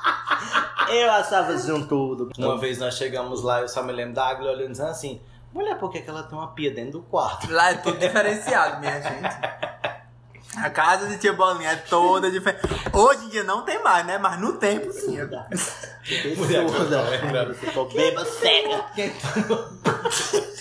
Speaker 1: Eu achava de um tudo.
Speaker 2: Uma vez nós chegamos lá, eu só me lembro da Agla olhando e dizendo assim: Mulher, por que, que ela tem uma pia dentro do quarto?
Speaker 3: Lá é tudo diferenciado, minha gente. A casa de tia Bolinha é toda diferente. Hoje em dia não tem mais, né? Mas no tempo sim.
Speaker 2: Mulher, que eu tô lembrando.
Speaker 1: Ficou beba cega.
Speaker 2: <laughs>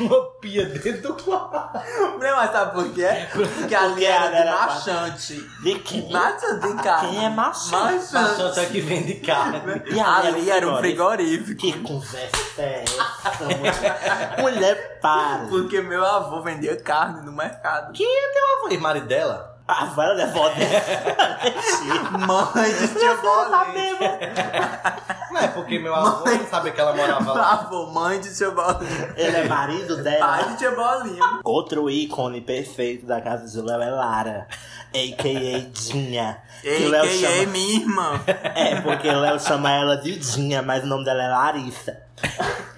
Speaker 2: uma pia dentro do quarto.
Speaker 3: Não, mas é, sabe por quê? Porque ali
Speaker 1: Porque
Speaker 3: era de
Speaker 1: era
Speaker 3: machante.
Speaker 1: De quem?
Speaker 3: Machante de carne.
Speaker 1: Quem é machante?
Speaker 2: Achando só que vem de carne.
Speaker 1: E
Speaker 3: Ali era um frigorífico.
Speaker 1: Que conversa é essa, mulher? mulher, para.
Speaker 3: Porque meu avô vendia carne no mercado.
Speaker 2: Quem é teu avô? E maridela?
Speaker 1: Ah, vai levar dessa.
Speaker 3: Mãe, isso tinha bolinha.
Speaker 2: Não é porque meu avô não sabia que ela morava
Speaker 3: Por
Speaker 2: lá.
Speaker 3: favor, mãe de tia bolinha.
Speaker 1: Ele é marido dela.
Speaker 3: Pai de tia bolinha.
Speaker 1: Outro ícone perfeito da casa de Léo é Lara, a.k.a. Dinha. que Léo
Speaker 3: A.K.A.
Speaker 1: chama...
Speaker 3: minha irmã.
Speaker 1: É, porque Léo chama ela de Dinha, mas o nome dela é Larissa.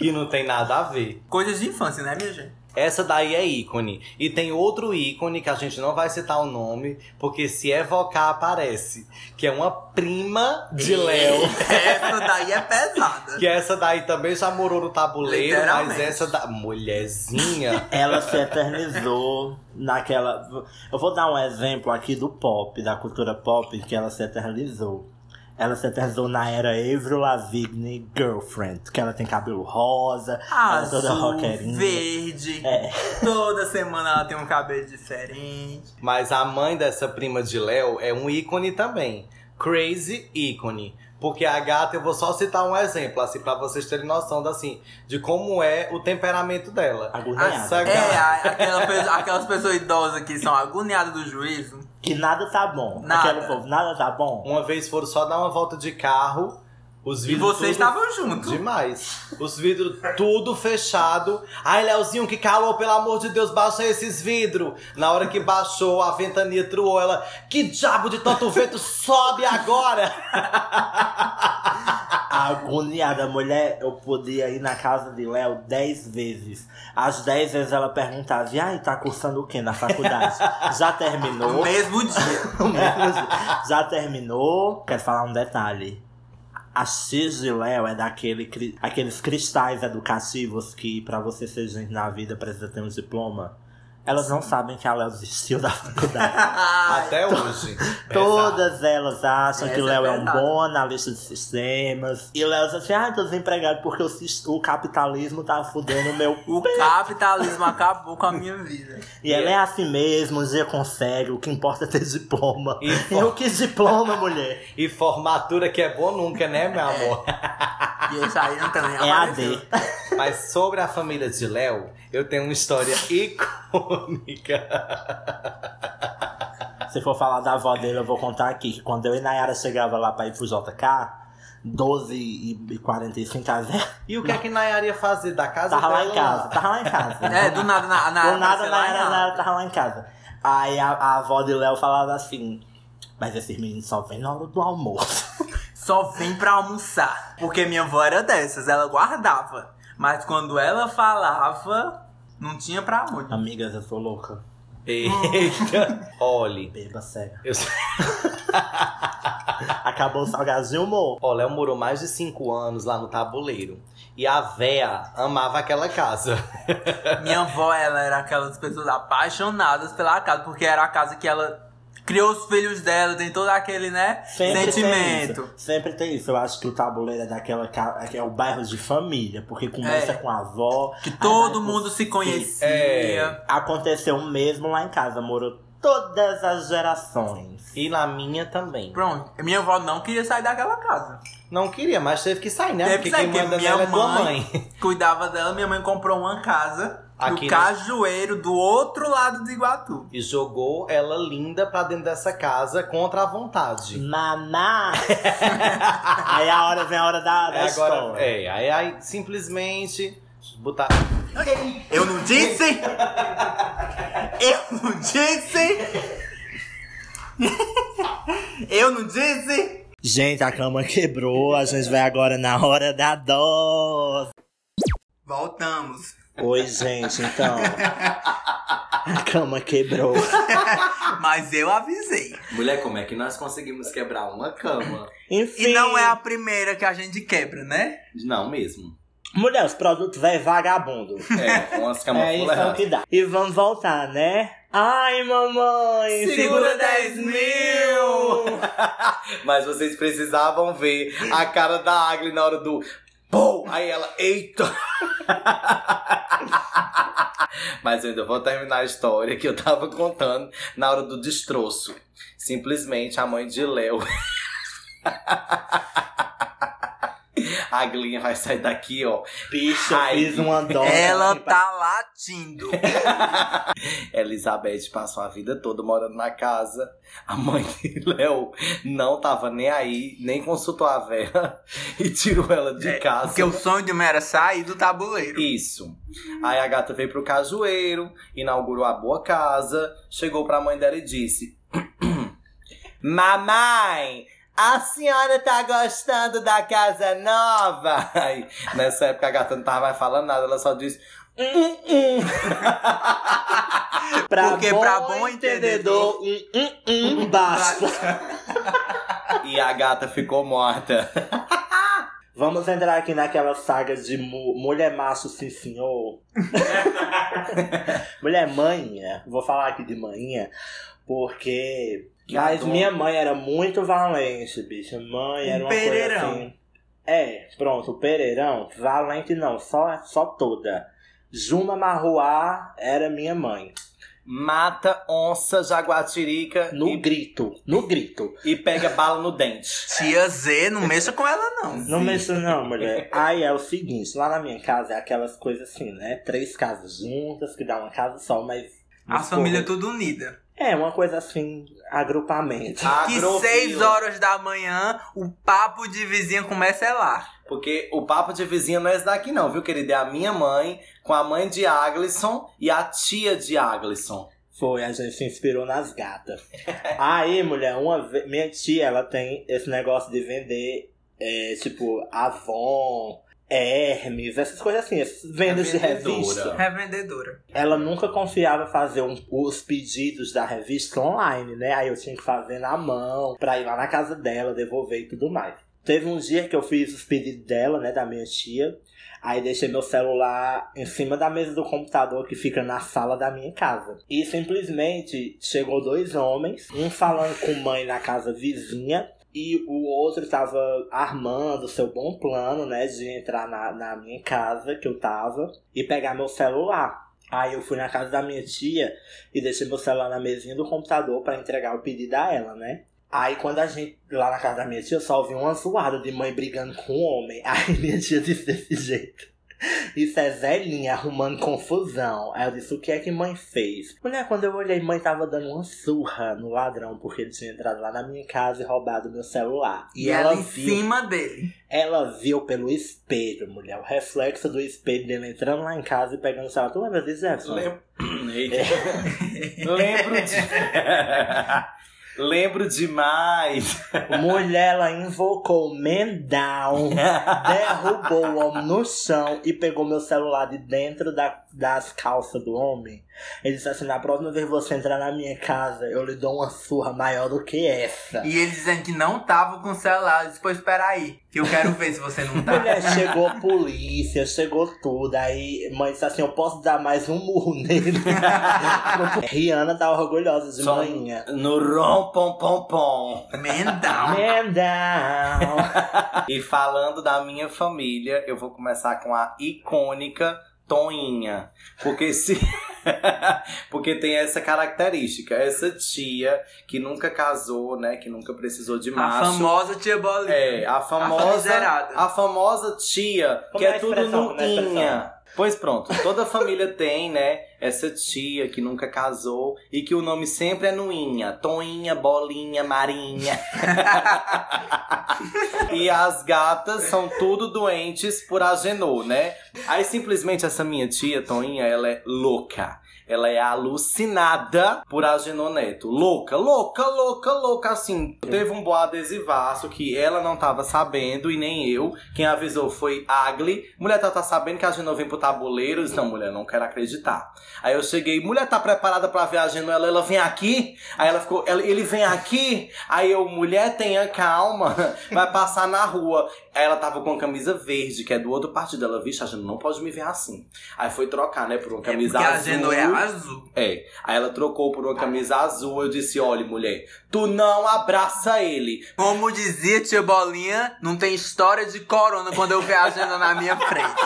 Speaker 2: E não tem nada a ver.
Speaker 3: Coisas de infância, né, minha gente?
Speaker 2: Essa daí é ícone. E tem outro ícone que a gente não vai citar o nome, porque se evocar aparece. Que é uma prima de Léo.
Speaker 3: Essa daí é pesada.
Speaker 2: Que essa daí também já morou no tabuleiro, mas
Speaker 3: Literalmente.
Speaker 2: essa da. Mulherzinha.
Speaker 3: <laughs>
Speaker 1: Ela se eternizou naquela. Eu vou dar um exemplo aqui do pop, da cultura pop, que ela se eternizou. Ela se eternizou na era Avril Lavigne Girlfriend, que ela tem cabelo rosa, ela é toda
Speaker 3: Azul,
Speaker 1: roqueirinha.
Speaker 3: verde.
Speaker 1: É.
Speaker 3: Toda semana ela tem um cabelo diferente.
Speaker 2: Mas a mãe dessa prima de Léo é um ícone também. Crazy ícone. Porque a gata, eu vou só citar um exemplo, assim, pra vocês terem noção, da, assim, de como é o temperamento dela.
Speaker 1: Agoniada.
Speaker 2: Essa gata-
Speaker 3: É, a- aquela pe- aquelas pessoas idosas que são agoniadas do juízo.
Speaker 1: Que nada tá bom.
Speaker 3: Nada.
Speaker 1: Aquele povo, nada tá bom.
Speaker 2: Uma vez foram só dar uma volta de carro, os
Speaker 3: E
Speaker 2: vidros.
Speaker 3: vocês
Speaker 2: tudo-
Speaker 3: estavam juntos.
Speaker 2: Demais. Os vidros tudo fechado. Ai, Leozinho, que calor, pelo amor de Deus, baixa esses vidros. Na hora que baixou, a ventania truou ela. Que diabo de tanto vento sobe agora!
Speaker 1: Agoniada, mulher, eu podia ir na casa de Léo 10 vezes. Às 10 vezes ela perguntava: e aí, tá cursando o que na
Speaker 3: <laughs>
Speaker 1: faculdade? Já
Speaker 3: No
Speaker 1: terminou?
Speaker 3: mesmo dia.
Speaker 1: No mesmo dia. <laughs> Já terminou? Quero falar um detalhe. A X de Léo é daquele, cri- aqueles cristais educativos que, pra você ser gente na vida, precisa ter um diploma. Elas não sabem que a Léo desistiu da faculdade. <laughs>
Speaker 2: Até hoje.
Speaker 1: Todas elas acham
Speaker 3: Essa
Speaker 1: que o Léo é um
Speaker 3: pesada.
Speaker 1: bom analista de sistemas. E o Léo diz assim, ah, tô desempregado porque o, sis- o capitalismo tá fudendo o meu...
Speaker 3: O capitalismo acabou com a minha vida.
Speaker 1: E ela é assim mesmo, um dia consegue, o que importa é ter diploma.
Speaker 2: E
Speaker 1: E eu que diploma, mulher?
Speaker 2: E formatura que é bom nunca, né, meu amor?
Speaker 3: E isso aí não tem nem
Speaker 1: É AD.
Speaker 2: Mas sobre a família de Léo, eu tenho
Speaker 1: <laughs>
Speaker 2: uma história icônica.
Speaker 1: Se for falar da avó dele, eu vou contar aqui. Que quando eu e Nayara chegava lá pra ir pro JK... 12 e 45 às
Speaker 2: E o que é que Nayara ia fazer da casa
Speaker 1: Tava lá
Speaker 2: dela
Speaker 1: em casa, tava lá em casa. né?
Speaker 3: É, do nada, na, na,
Speaker 1: Do nada,
Speaker 3: sei
Speaker 1: na
Speaker 3: lá,
Speaker 1: era,
Speaker 3: não.
Speaker 1: na era tava lá em casa. Aí a, a avó de Léo falava assim: Mas esses meninos só vêm na hora do almoço. <laughs>
Speaker 3: Só vem pra almoçar. Porque minha avó era dessas, ela guardava. Mas quando ela falava, não tinha pra
Speaker 1: <laughs>
Speaker 3: onde.
Speaker 1: Amigas, eu sou louca.
Speaker 2: Eita! Olhe,
Speaker 1: Beba cega.
Speaker 2: eu sou...
Speaker 1: Acabou o salgadinho, amor.
Speaker 2: Ó, Léo morou mais de cinco anos lá no tabuleiro. E a véia amava aquela casa. <laughs>
Speaker 3: Minha avó, ela era aquelas pessoas apaixonadas pela casa, porque era a casa que ela criou os filhos dela, tem todo aquele, né? sentimento.
Speaker 1: Tem isso. Sempre tem isso. Eu acho que o tabuleiro é daquela ca- é o bairro de família, porque começa
Speaker 3: É.
Speaker 1: com a avó.
Speaker 3: Que
Speaker 1: aí
Speaker 3: todo
Speaker 1: vai
Speaker 3: mundo se conhecia.
Speaker 2: É.
Speaker 1: Aconteceu o mesmo lá em casa, morou todas as gerações.
Speaker 2: E na minha também.
Speaker 3: Pronto. Minha avó não queria sair daquela casa.
Speaker 2: Não queria, mas teve que sair, né?
Speaker 3: Teve que
Speaker 2: Porque
Speaker 3: sair,
Speaker 2: quem
Speaker 3: porque
Speaker 2: manda
Speaker 3: minha
Speaker 2: nela é tua
Speaker 3: mãe-
Speaker 2: mãe.
Speaker 3: Cuidava dela, minha mãe comprou uma casa
Speaker 2: <laughs> Aqui, né?
Speaker 3: do Cajueiro, do outro lado de Iguatu.
Speaker 2: E jogou ela linda pra dentro dessa casa contra a vontade. <laughs>
Speaker 1: Mamá! aí a hora vem a hora da, da
Speaker 2: É, agora,
Speaker 1: história.
Speaker 2: é, aí, aí simplesmente botar.
Speaker 3: Eu não disse? Eu não disse? Eu não disse?
Speaker 1: Gente, a cama quebrou, a gente vai agora na hora da dose.
Speaker 3: Voltamos.
Speaker 1: Oi, gente,
Speaker 2: <laughs>
Speaker 1: então. A cama quebrou.
Speaker 3: Mas eu avisei.
Speaker 2: Mulher, como é que nós conseguimos quebrar uma cama?
Speaker 1: Enfim.
Speaker 3: E não é a primeira que a gente quebra, né?
Speaker 2: Não mesmo.
Speaker 1: Mulher, os produtos é vagabundo.
Speaker 2: É, umas
Speaker 1: É isso é o que dá. E vamos voltar, né? Ai, mamãe!
Speaker 3: Segura 10 mil!
Speaker 2: <laughs> Mas vocês precisavam ver a cara da Agli na hora do. Pô! Aí ela, eita! <laughs> Mas eu ainda vou terminar a história que eu tava contando na hora do destroço. Simplesmente a mãe de Léo. <laughs> a Aglinha vai sair daqui, ó.
Speaker 1: Bicho, eu
Speaker 2: Ai.
Speaker 1: fiz uma dose. <laughs>
Speaker 3: Ela
Speaker 1: aqui pra-
Speaker 3: tá assistindo.
Speaker 2: Elizabeth passou a vida toda morando na casa. A mãe <laughs> de Léo não tava nem aí, nem consultou a Vera <laughs> e tirou ela de casa.
Speaker 3: Porque o sonho de uma era sair do tabuleiro.
Speaker 2: Isso. Aí a gata veio pro cajueiro, inaugurou a boa casa, chegou pra mãe dela e disse: <clears throat> Mamãe, a senhora tá gostando da casa nova? <laughs> Aí, nessa época a gata não tava mais falando nada, ela só disse. "Hum,
Speaker 1: <laughs>
Speaker 2: hum."
Speaker 3: Porque pra bom entendedor,
Speaker 1: um, um, um, basta.
Speaker 2: E a gata ficou morta.
Speaker 1: Vamos entrar aqui naquela saga de mu- mulher macho, sim senhor. mulher manha, vou falar aqui de manha, porque.
Speaker 2: Que
Speaker 1: Mas
Speaker 2: adoro.
Speaker 1: minha mãe era muito valente, bicho. Mãe era
Speaker 3: Um
Speaker 1: uma
Speaker 3: pereirão.
Speaker 1: coisa assim. É, pronto, o Pereirão, valente não, só, só toda. Juma Marruá era minha mãe.
Speaker 2: Mata onça, jaguatirica
Speaker 1: No
Speaker 2: e,
Speaker 1: grito, no grito.
Speaker 2: e pega
Speaker 3: <laughs>
Speaker 2: bala no dente.
Speaker 3: tia Z, não mexa com ela não.
Speaker 1: Não mexa não, mulher. Aí é o seguinte, lá na minha casa é aquelas coisas assim, né? Três casas juntas, que dá uma casa só, mas...
Speaker 3: A
Speaker 1: mas,
Speaker 3: família
Speaker 1: porra,
Speaker 3: tudo unida.
Speaker 1: É, uma coisa assim, agrupamento.
Speaker 2: Ah.
Speaker 3: Que
Speaker 2: Agrofila.
Speaker 3: seis horas da manhã, o papo de vizinha começa é lá.
Speaker 2: Porque o papo de vizinha não é esse daqui, não, viu, querida? É a minha mãe com a mãe de Aglisson e a tia de Aglisson.
Speaker 1: Foi, a gente se inspirou nas gatas. Aí, mulher, uma vez... Minha tia, ela tem esse negócio de vender, é, tipo, Avon... Hermes, essas coisas assim, essas vendas de
Speaker 2: Revendedora.
Speaker 1: revista.
Speaker 3: Revendedora.
Speaker 1: Ela nunca confiava em fazer um- os pedidos da revista online, né? Aí eu tinha que fazer na mão, pra ir lá na casa dela, devolver e tudo mais. Teve um dia que eu fiz os pedidos dela, né, da minha tia. Aí deixei meu celular em cima da mesa do computador que fica na sala da minha casa. E simplesmente chegou dois homens, um falando com mãe na casa vizinha e o outro tava armando o seu bom plano, né, de entrar na, na minha casa que eu tava e pegar meu celular. Aí eu fui na casa da minha tia e deixei meu celular na mesinha do computador pra entregar o pedido a ela, né? Aí quando a gente, lá na casa da minha tia, eu só ouvi uma zoada de mãe brigando com o homem. <laughs> Aí minha tia disse desse jeito. Isso é Zelinha arrumando confusão. Aí eu disse, o que é que mãe fez? Mulher, quando eu olhei, mãe tava dando uma surra no ladrão, porque ele tinha entrado lá na minha casa e roubado meu celular.
Speaker 3: E, ela, em
Speaker 1: viu.
Speaker 3: cima dele.
Speaker 1: Ela viu pelo espelho, mulher, o reflexo do espelho dele entrando lá em casa e pegando o celular. Tu lembra disso, Jefferson?
Speaker 2: <clears throat> Lembro. <laughs> Lembro de. <laughs> Lembro demais.
Speaker 1: Mulher, ela invocou o
Speaker 2: <laughs>
Speaker 1: Mendal, derrubou o homem no chão e pegou meu celular de dentro da- das calças do homem. Ele disse assim: na próxima vez que você entrar na minha casa, eu lhe dou uma surra maior do que essa.
Speaker 3: E ele dizendo que não tava com o celular. Eu disse, pois peraí, que eu quero ver se
Speaker 1: <laughs>
Speaker 3: você não tá.
Speaker 1: Mulher, chegou a polícia, chegou tudo. Aí, mãe disse assim: eu posso dar mais um murro
Speaker 2: <laughs>
Speaker 1: nele. Rihanna tá orgulhosa de
Speaker 2: Só
Speaker 1: manhã.
Speaker 2: no rom pom pom pom.
Speaker 3: Mendão.
Speaker 1: Mendal.
Speaker 2: E falando da minha família, eu vou começar com a icônica Toinha. Porque se. <laughs> Porque tem essa característica, essa tia que nunca casou, né? Que nunca precisou de
Speaker 3: A
Speaker 2: macho.
Speaker 3: famosa tia Bolinha.
Speaker 2: É, a famosa.
Speaker 3: famigerada.
Speaker 2: A, famosa tia,
Speaker 1: Como
Speaker 2: que
Speaker 1: é
Speaker 2: é,
Speaker 1: a
Speaker 2: tudo
Speaker 1: expressão? Como é a
Speaker 2: nuinha.
Speaker 1: expressão?
Speaker 2: Pois pronto, toda família <laughs> tem, né? Essa tia que nunca casou e que o nome sempre é Nuinha. Toinha, Bolinha, Marinha. <laughs> e as gatas são tudo doentes por Agenor, né? Aí simplesmente essa minha tia, Toinha, ela é louca. Ela é alucinada por Agenor Neto. Louca, louca, louca, louca, assim. Teve um boa adesivaço que ela não tava sabendo e nem eu. Quem avisou foi Agli. Mulher, tá, tá sabendo que a Agenor vem pro tabuleiro? Eu disse, não, mulher, não quero acreditar. Aí eu cheguei, mulher, tá preparada pra ver a Agenor? Ela, ela vem aqui? Aí ela ficou, ela- ele vem aqui? Aí eu, mulher, tenha calma, <laughs> vai passar na rua. Aí ela tava com a camisa verde, que é do outro partido. Ela, vixe, a Agenor não pode me ver assim. Aí foi trocar, né, por uma
Speaker 3: É porque
Speaker 2: camisa
Speaker 3: a
Speaker 2: azul.
Speaker 3: Genoa é azul.
Speaker 2: É. Aí ela trocou por uma camisa azul. Eu disse: olha, mulher, tu não abraça ele. <laughs>
Speaker 3: Como dizia tia Bolinha, não tem história de corona quando eu ver a Genoa na
Speaker 2: <laughs>
Speaker 3: minha frente.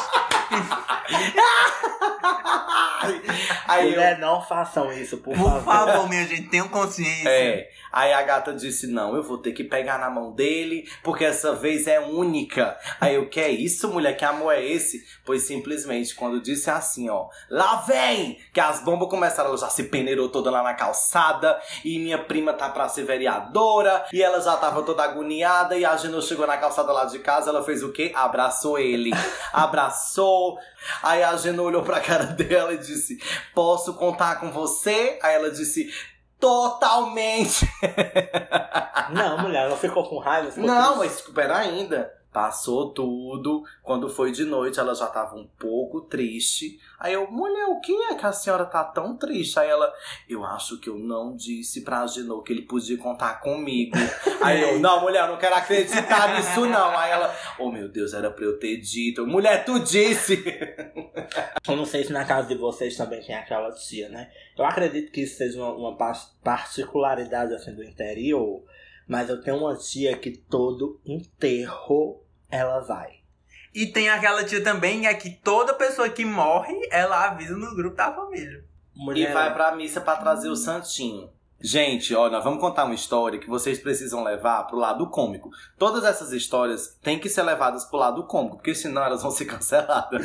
Speaker 2: Aí eu.
Speaker 1: Mulher, não façam isso, por,
Speaker 3: Por
Speaker 1: favor.
Speaker 3: favor, minha gente, tenham consciência.
Speaker 2: É. Aí a gata disse: Não, eu vou ter que pegar na mão dele, porque essa vez é única. Aí eu, que é isso, mulher? Que amor é esse? Pois simplesmente, quando disse assim, ó, lá vem! Que as bombas começaram, ela já se peneirou toda lá na calçada, e minha prima tá pra ser vereadora, e ela já tava toda agoniada, e a Gino chegou na calçada lá de casa, ela fez o quê? Abraçou ele. Abraçou. Aí a Gino olhou pra cara dela e disse: Posso contar com você? Aí ela disse. Totalmente!
Speaker 1: Não, mulher, ela ficou com raiva. Ficou triste.
Speaker 2: Não, mas espera ainda. Passou tudo. Quando foi de noite, ela já tava um pouco triste. Aí eu, mulher, o que é que a senhora tá tão triste? Aí ela, eu acho que eu não disse pra Genô que ele podia contar
Speaker 1: <laughs>
Speaker 2: comigo. Aí eu, não, mulher, eu não quero acreditar nisso, não. Aí ela, oh meu Deus, era pra eu ter dito. Eu, Mulher, tu disse!
Speaker 1: Eu não sei se na casa de vocês também tem aquela tia, né? Eu acredito que isso seja uma, uma pas- particularidade assim do interior, mas eu tenho uma tia que todo enterro ela vai.
Speaker 3: E tem aquela tia também, é que toda pessoa que morre, ela avisa no grupo da família.
Speaker 2: E
Speaker 1: Mulher,
Speaker 2: vai pra missa pra trazer o santinho. Gente, ó, nós vamos contar uma história que vocês precisam levar pro lado cômico. Todas essas histórias têm que ser levadas pro lado cômico, porque senão elas vão ser <laughs> canceladas.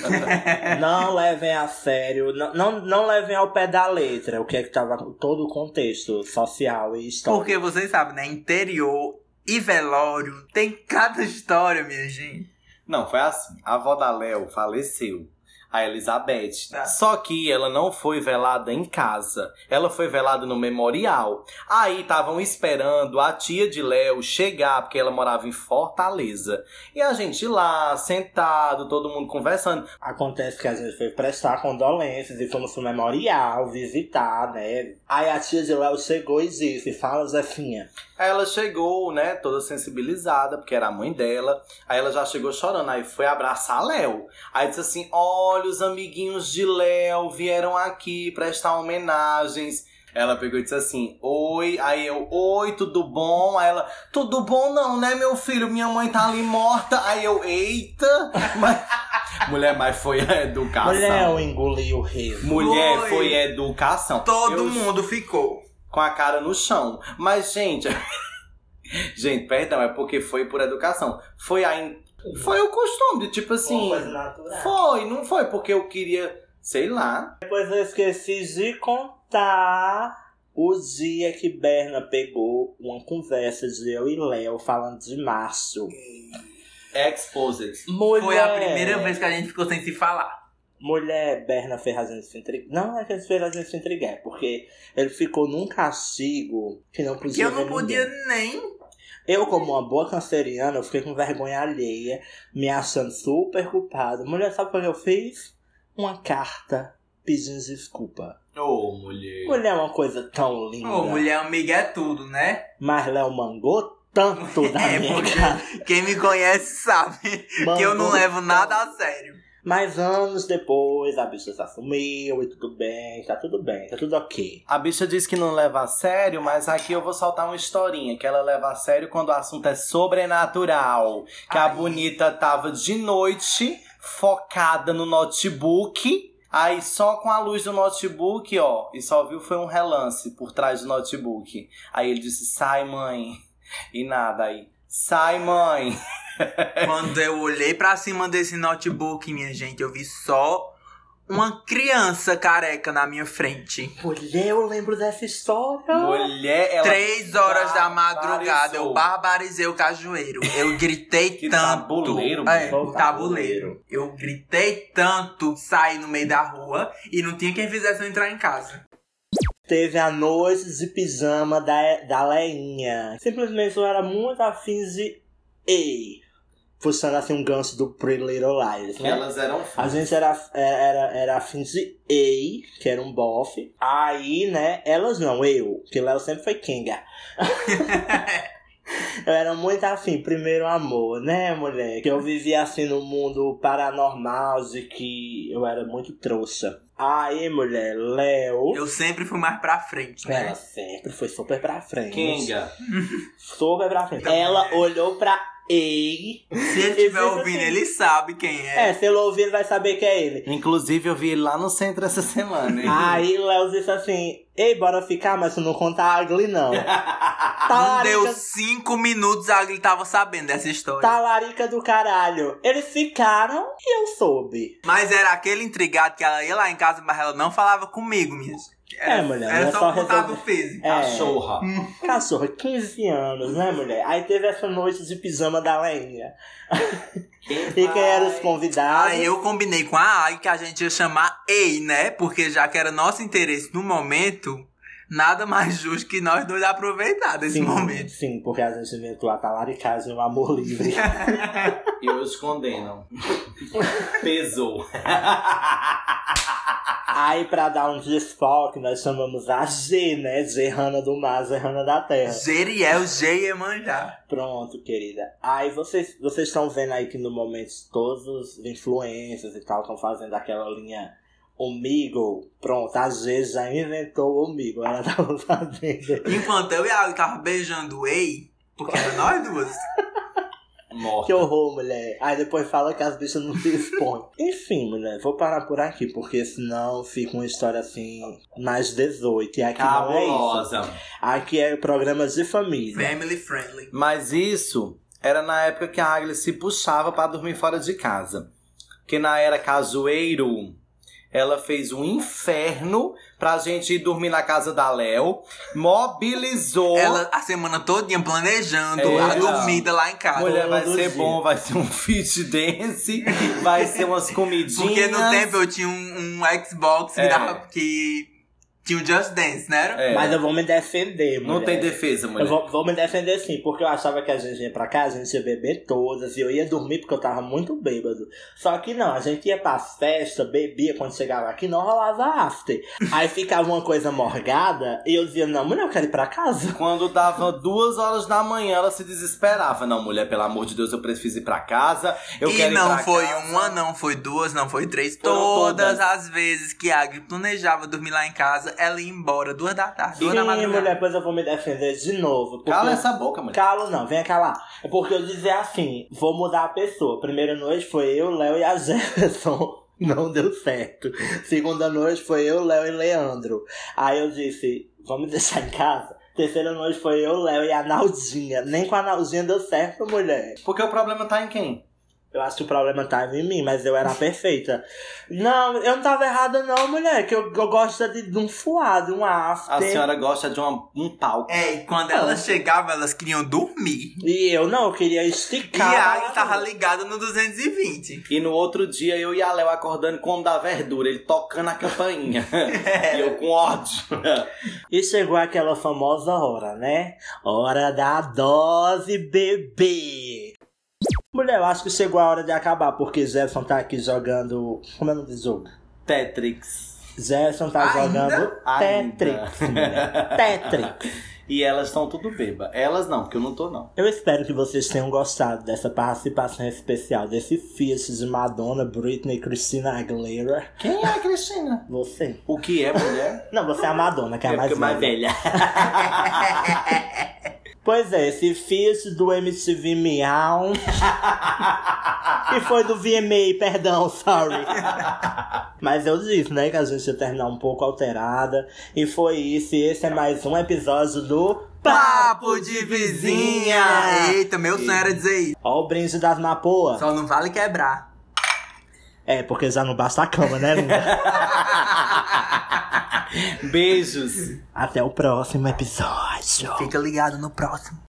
Speaker 1: não levem a sério, não, não, não levem ao pé da letra o que é que tava todo o contexto social e histórico.
Speaker 3: Porque vocês sabem, né? Interior e velório tem cada história, minha gente.
Speaker 2: Não, foi assim. A avó da Léo faleceu. A Elizabeth.
Speaker 3: Ah.
Speaker 2: Só que ela não foi velada em casa. Ela foi velada no memorial. Aí estavam esperando a tia de Léo chegar, porque ela morava em Fortaleza. E a gente lá, sentado, todo mundo conversando.
Speaker 1: Acontece que a gente foi prestar condolências e fomos pro memorial visitar, né? Aí a tia de Léo chegou e disse: Fala, Zefinha.
Speaker 2: Aí ela chegou, né, toda sensibilizada, porque era a mãe dela. Aí ela já chegou chorando, aí foi abraçar Léo. Aí disse assim: Olha, os amiguinhos de Léo vieram aqui prestar homenagens. Ela pegou e disse assim: Oi. Aí eu: Oi, tudo bom? Aí ela: Tudo bom não, né, meu filho? Minha mãe tá ali morta. Aí eu: Eita! <laughs> Mas... Mulher, mas foi <laughs> a educação.
Speaker 1: Mulher,
Speaker 2: Mulher,
Speaker 1: eu engoli o riso.
Speaker 2: Mulher
Speaker 3: Foi.
Speaker 2: foi a educação.
Speaker 3: Todo
Speaker 2: Eu
Speaker 3: mundo ficou.
Speaker 2: com a cara no chão. Mas, gente. <laughs> gente, perdão, é porque foi por educação. Foi a. in- Foi o costume de tipo assim. Foi, não foi porque eu queria. Sei lá.
Speaker 1: Depois eu esqueci de contar o dia que Berna pegou uma conversa de eu e Léo falando de macho.
Speaker 2: Exposed.
Speaker 1: Mulher,
Speaker 3: Foi a primeira vez que a gente ficou sem se falar.
Speaker 1: Mulher, Berna fez a gente se intrigar. Não é que ele fez a gente se intrigar, é porque ele ficou num castigo que não podia.
Speaker 3: Que eu não
Speaker 1: ver
Speaker 3: podia
Speaker 1: ninguém.
Speaker 3: nem.
Speaker 1: Eu, como uma boa canceriana, eu fiquei com vergonha alheia, me achando super culpada. Mulher, sabe o que eu fiz? Uma carta pedindo desculpa.
Speaker 2: Ô, mulher.
Speaker 1: Mulher é uma coisa tão
Speaker 3: Ô,
Speaker 1: linda.
Speaker 3: mulher amiga é tudo, né?
Speaker 1: Mas Léo mangou
Speaker 3: <laughs>
Speaker 1: tanto da
Speaker 3: É,
Speaker 1: minha
Speaker 3: porque-
Speaker 1: cara.
Speaker 3: Quem me conhece sabe <laughs> que eu não
Speaker 1: Mangou
Speaker 3: levo nada
Speaker 1: tanto.
Speaker 3: a sério.
Speaker 1: Mas anos depois a bicha se assumiu e tudo bem, tá tudo bem, tá tudo ok.
Speaker 2: A bicha disse que não leva a sério, mas aqui eu vou soltar uma historinha que ela leva a sério quando o assunto é sobrenatural. Que a bonita tava de noite, focada no notebook. Aí só com a luz do notebook, ó, e só viu foi um relance por trás do notebook. Aí ele disse: "Sai, mãe". E nada aí. Sai, mãe.
Speaker 3: Quando eu olhei pra cima desse notebook, minha gente, eu vi só uma criança careca na minha frente.
Speaker 1: Mulher, eu lembro dessa história.
Speaker 2: Mulher, ela
Speaker 3: Três horas da madrugada,
Speaker 2: barbarizou.
Speaker 3: eu barbarizei o cajueiro. Eu gritei
Speaker 2: <laughs> Que
Speaker 3: tanto.
Speaker 2: tabuleiro,
Speaker 3: é,
Speaker 1: mano.
Speaker 3: um tabuleiro. Eu gritei tanto, saí no meio da rua e não tinha quem fizesse eu entrar em casa.
Speaker 1: Teve a noite de pijama da, da Leinha. Simplesmente eu era muito afim de. Ei! Puxando assim um gancho do Pretty Little Lies,
Speaker 2: que
Speaker 1: né?
Speaker 2: elas eram
Speaker 1: A gente era, é, era, era afim de Ei, que era um bofe. Aí, né, elas não, eu, que Léo sempre foi Kinga. eu era muito afim, primeiro amor, né, mulher? Que eu vivia assim no mundo paranormal, de que eu era muito trouxa. Aí, mulher, Léo.
Speaker 3: Eu sempre fui mais pra frente,
Speaker 1: Ela
Speaker 3: né?
Speaker 1: sempre foi super pra frente.
Speaker 2: Kinga.
Speaker 1: Super pra frente.
Speaker 3: Também.
Speaker 1: Ela olhou pra Ei.
Speaker 3: Se ele estiver ouvindo, ele sabe quem é.
Speaker 1: assim. É, se ele ouvir, ele vai saber que é
Speaker 3: <laughs>
Speaker 1: ele.
Speaker 2: Inclusive, eu vi ele lá no centro essa semana. hein?
Speaker 1: Aí o Léo disse assim: Ei, bora ficar, mas tu não conta a Agli,
Speaker 3: <laughs>
Speaker 1: não.
Speaker 3: Ah, Não
Speaker 1: talarica,
Speaker 3: deu cinco minutos, a Agli tava sabendo dessa história.
Speaker 1: Tá. talarica do caralho. Eles ficaram e eu soube.
Speaker 3: Mas era aquele intrigado que ela ia lá em casa, mas ela não falava comigo, minha gente. Era,
Speaker 1: É, mulher,
Speaker 3: Era
Speaker 1: ela
Speaker 3: só
Speaker 1: só
Speaker 3: contato
Speaker 1: resolve-
Speaker 2: <laughs>
Speaker 3: físico.
Speaker 1: É.
Speaker 2: Cachorra.
Speaker 1: Cachorra, 15 anos, né, mulher? Aí teve essa noite de pijama da Leinha. e quem eram os convidados?
Speaker 3: Aí eu combinei com a Agui que a gente ia chamar Ei, né? Porque já que era nosso interesse no momento, nada mais justo que nós dois aproveitar desse
Speaker 1: sim,
Speaker 3: momento.
Speaker 1: Sim, porque a gente inventou a talaricagem e o amor livre.
Speaker 2: E hoje condenam. <laughs> Pesou.
Speaker 1: Aí, pra dar um desfoque, nós chamamos a G, né? Gerrana do mar, Gerrana da terra.
Speaker 3: Jeriel, G e Emanjá.
Speaker 1: Pronto, querida. Aí vocês vocês estão vendo aí que no momento todos os influencers e tal estão fazendo aquela linha Omigo. Pronto, a G já inventou o Omigo. Ela tava <laughs> fazendo.
Speaker 3: Enquanto eu e a Agui tava beijando o Ei, porque era nós duas.
Speaker 1: Que
Speaker 2: Morta.
Speaker 1: horror, mulher. Aí depois fala que as bichas não se expõem. Enfim, mulher, vou parar por aqui, porque senão fica uma história assim, mais 18. E aqui não é isso.
Speaker 2: Cabulosa.
Speaker 1: Aqui é programas de família.
Speaker 3: Family friendly.
Speaker 2: Mas isso era na época que a Agli se puxava pra dormir fora de casa. Que na era cajueiro, ela fez um inferno pra gente ir dormir na casa da Léo. Mobilizou.
Speaker 3: Ela a semana todinha planejando
Speaker 2: É,
Speaker 3: a
Speaker 2: ela-
Speaker 3: dormida lá em casa.
Speaker 2: Mulher, vai
Speaker 1: Todo
Speaker 2: ser
Speaker 1: dia.
Speaker 2: bom, vai ser um <laughs> fit dance, vai ser umas comidinhas.
Speaker 3: Porque no tempo eu tinha um, um Xbox que,
Speaker 2: É.
Speaker 3: dava, que tinha o Just Dance, né?
Speaker 2: É,
Speaker 1: Mas eu vou me defender, mulher.
Speaker 2: Não tem defesa, mulher.
Speaker 1: Eu vou, vou me defender sim, porque eu achava que a gente ia pra cá, a gente ia beber todas e eu ia dormir porque eu tava muito bêbado. Só que não, a gente ia pra festa, bebia quando chegava aqui, não rolava after. Aí ficava uma coisa morgada e eu dizia, não, mulher, eu quero ir pra casa.
Speaker 2: Quando dava duas horas da manhã, ela se desesperava. Não, mulher, pelo amor de Deus, eu preciso ir pra casa. Eu
Speaker 3: e
Speaker 2: quero ir
Speaker 3: não
Speaker 2: pra
Speaker 3: foi
Speaker 2: casa.
Speaker 3: uma, não foi duas, não foi três.
Speaker 2: Foram
Speaker 3: Todas,
Speaker 2: todas.
Speaker 3: as vezes que a Agri planejava dormir lá em casa, ela ia embora duas da tarde, duas da
Speaker 1: Sim, mulher,
Speaker 3: madrugada.
Speaker 1: depois eu vou me defender de novo.
Speaker 3: um-
Speaker 1: porque
Speaker 2: Cala
Speaker 1: eu-
Speaker 2: essa boca, mulher.
Speaker 1: Calo não, venha calar. É porque eu dizia assim, vou mudar a pessoa. Primeira noite foi eu, Léo e a <laughs> Jefferson. Não deu certo. Segunda noite foi eu, Léo e Leandro. Aí eu disse, vamos deixar em casa. Terceira noite foi eu, Léo e a Naldinha. Nem com a Naldinha deu certo, mulher.
Speaker 2: Porque o problema tá em quem?
Speaker 1: Eu acho que o problema tava em mim, mas eu era a perfeita. Não, eu não tava errada não, mulher. Que eu, eu gosto de, de um fuado, um after.
Speaker 2: A senhora gosta de uma- um palco.
Speaker 3: É, e quando elas chegavam, elas queriam dormir.
Speaker 1: E eu não, eu queria
Speaker 3: E
Speaker 1: esticar.
Speaker 3: a Agri tava ligada no 220.
Speaker 2: E no outro dia, eu e a Léo acordando com o da verdura, ele tocando a
Speaker 3: <laughs>
Speaker 2: campainha. e eu com ódio. <laughs>
Speaker 1: E chegou aquela famosa hora, né? Hora da dose, bebê! Mulher, eu acho que chegou a hora de acabar, porque Jefferson tá aqui jogando. Como é o nome do jogo?
Speaker 2: Tetrix.
Speaker 1: Jefferson tá
Speaker 3: Ainda?
Speaker 1: jogando
Speaker 2: Ainda.
Speaker 1: Tetrix, mulher. Tetrix.
Speaker 2: E elas estão tudo beba. Elas não, porque eu não tô, não.
Speaker 1: Eu espero que vocês tenham gostado dessa participação especial desse Fiat de Madonna, Britney e Christina Aguilera.
Speaker 2: Quem é a Cristina?
Speaker 1: Você.
Speaker 2: O que é, mulher?
Speaker 1: Não, você é a Madonna, que é a
Speaker 2: É
Speaker 1: mais,
Speaker 2: porque é mais
Speaker 1: velha. Pois é, esse Fiat do MTV Miau. que foi do VMA, perdão, sorry. Mas eu disse, né, que a gente ia terminar um pouco alterada. E foi isso, e esse é mais um episódio do
Speaker 3: Papo de vizinha! Eita, meu sonho era dizer isso.
Speaker 1: Ó o brinde das Mapoa.
Speaker 3: Só não vale quebrar.
Speaker 1: É, porque já não basta a cama, né, linda?
Speaker 2: Beijos. <laughs>
Speaker 1: Até o próximo episódio.
Speaker 3: Fica ligado no próximo.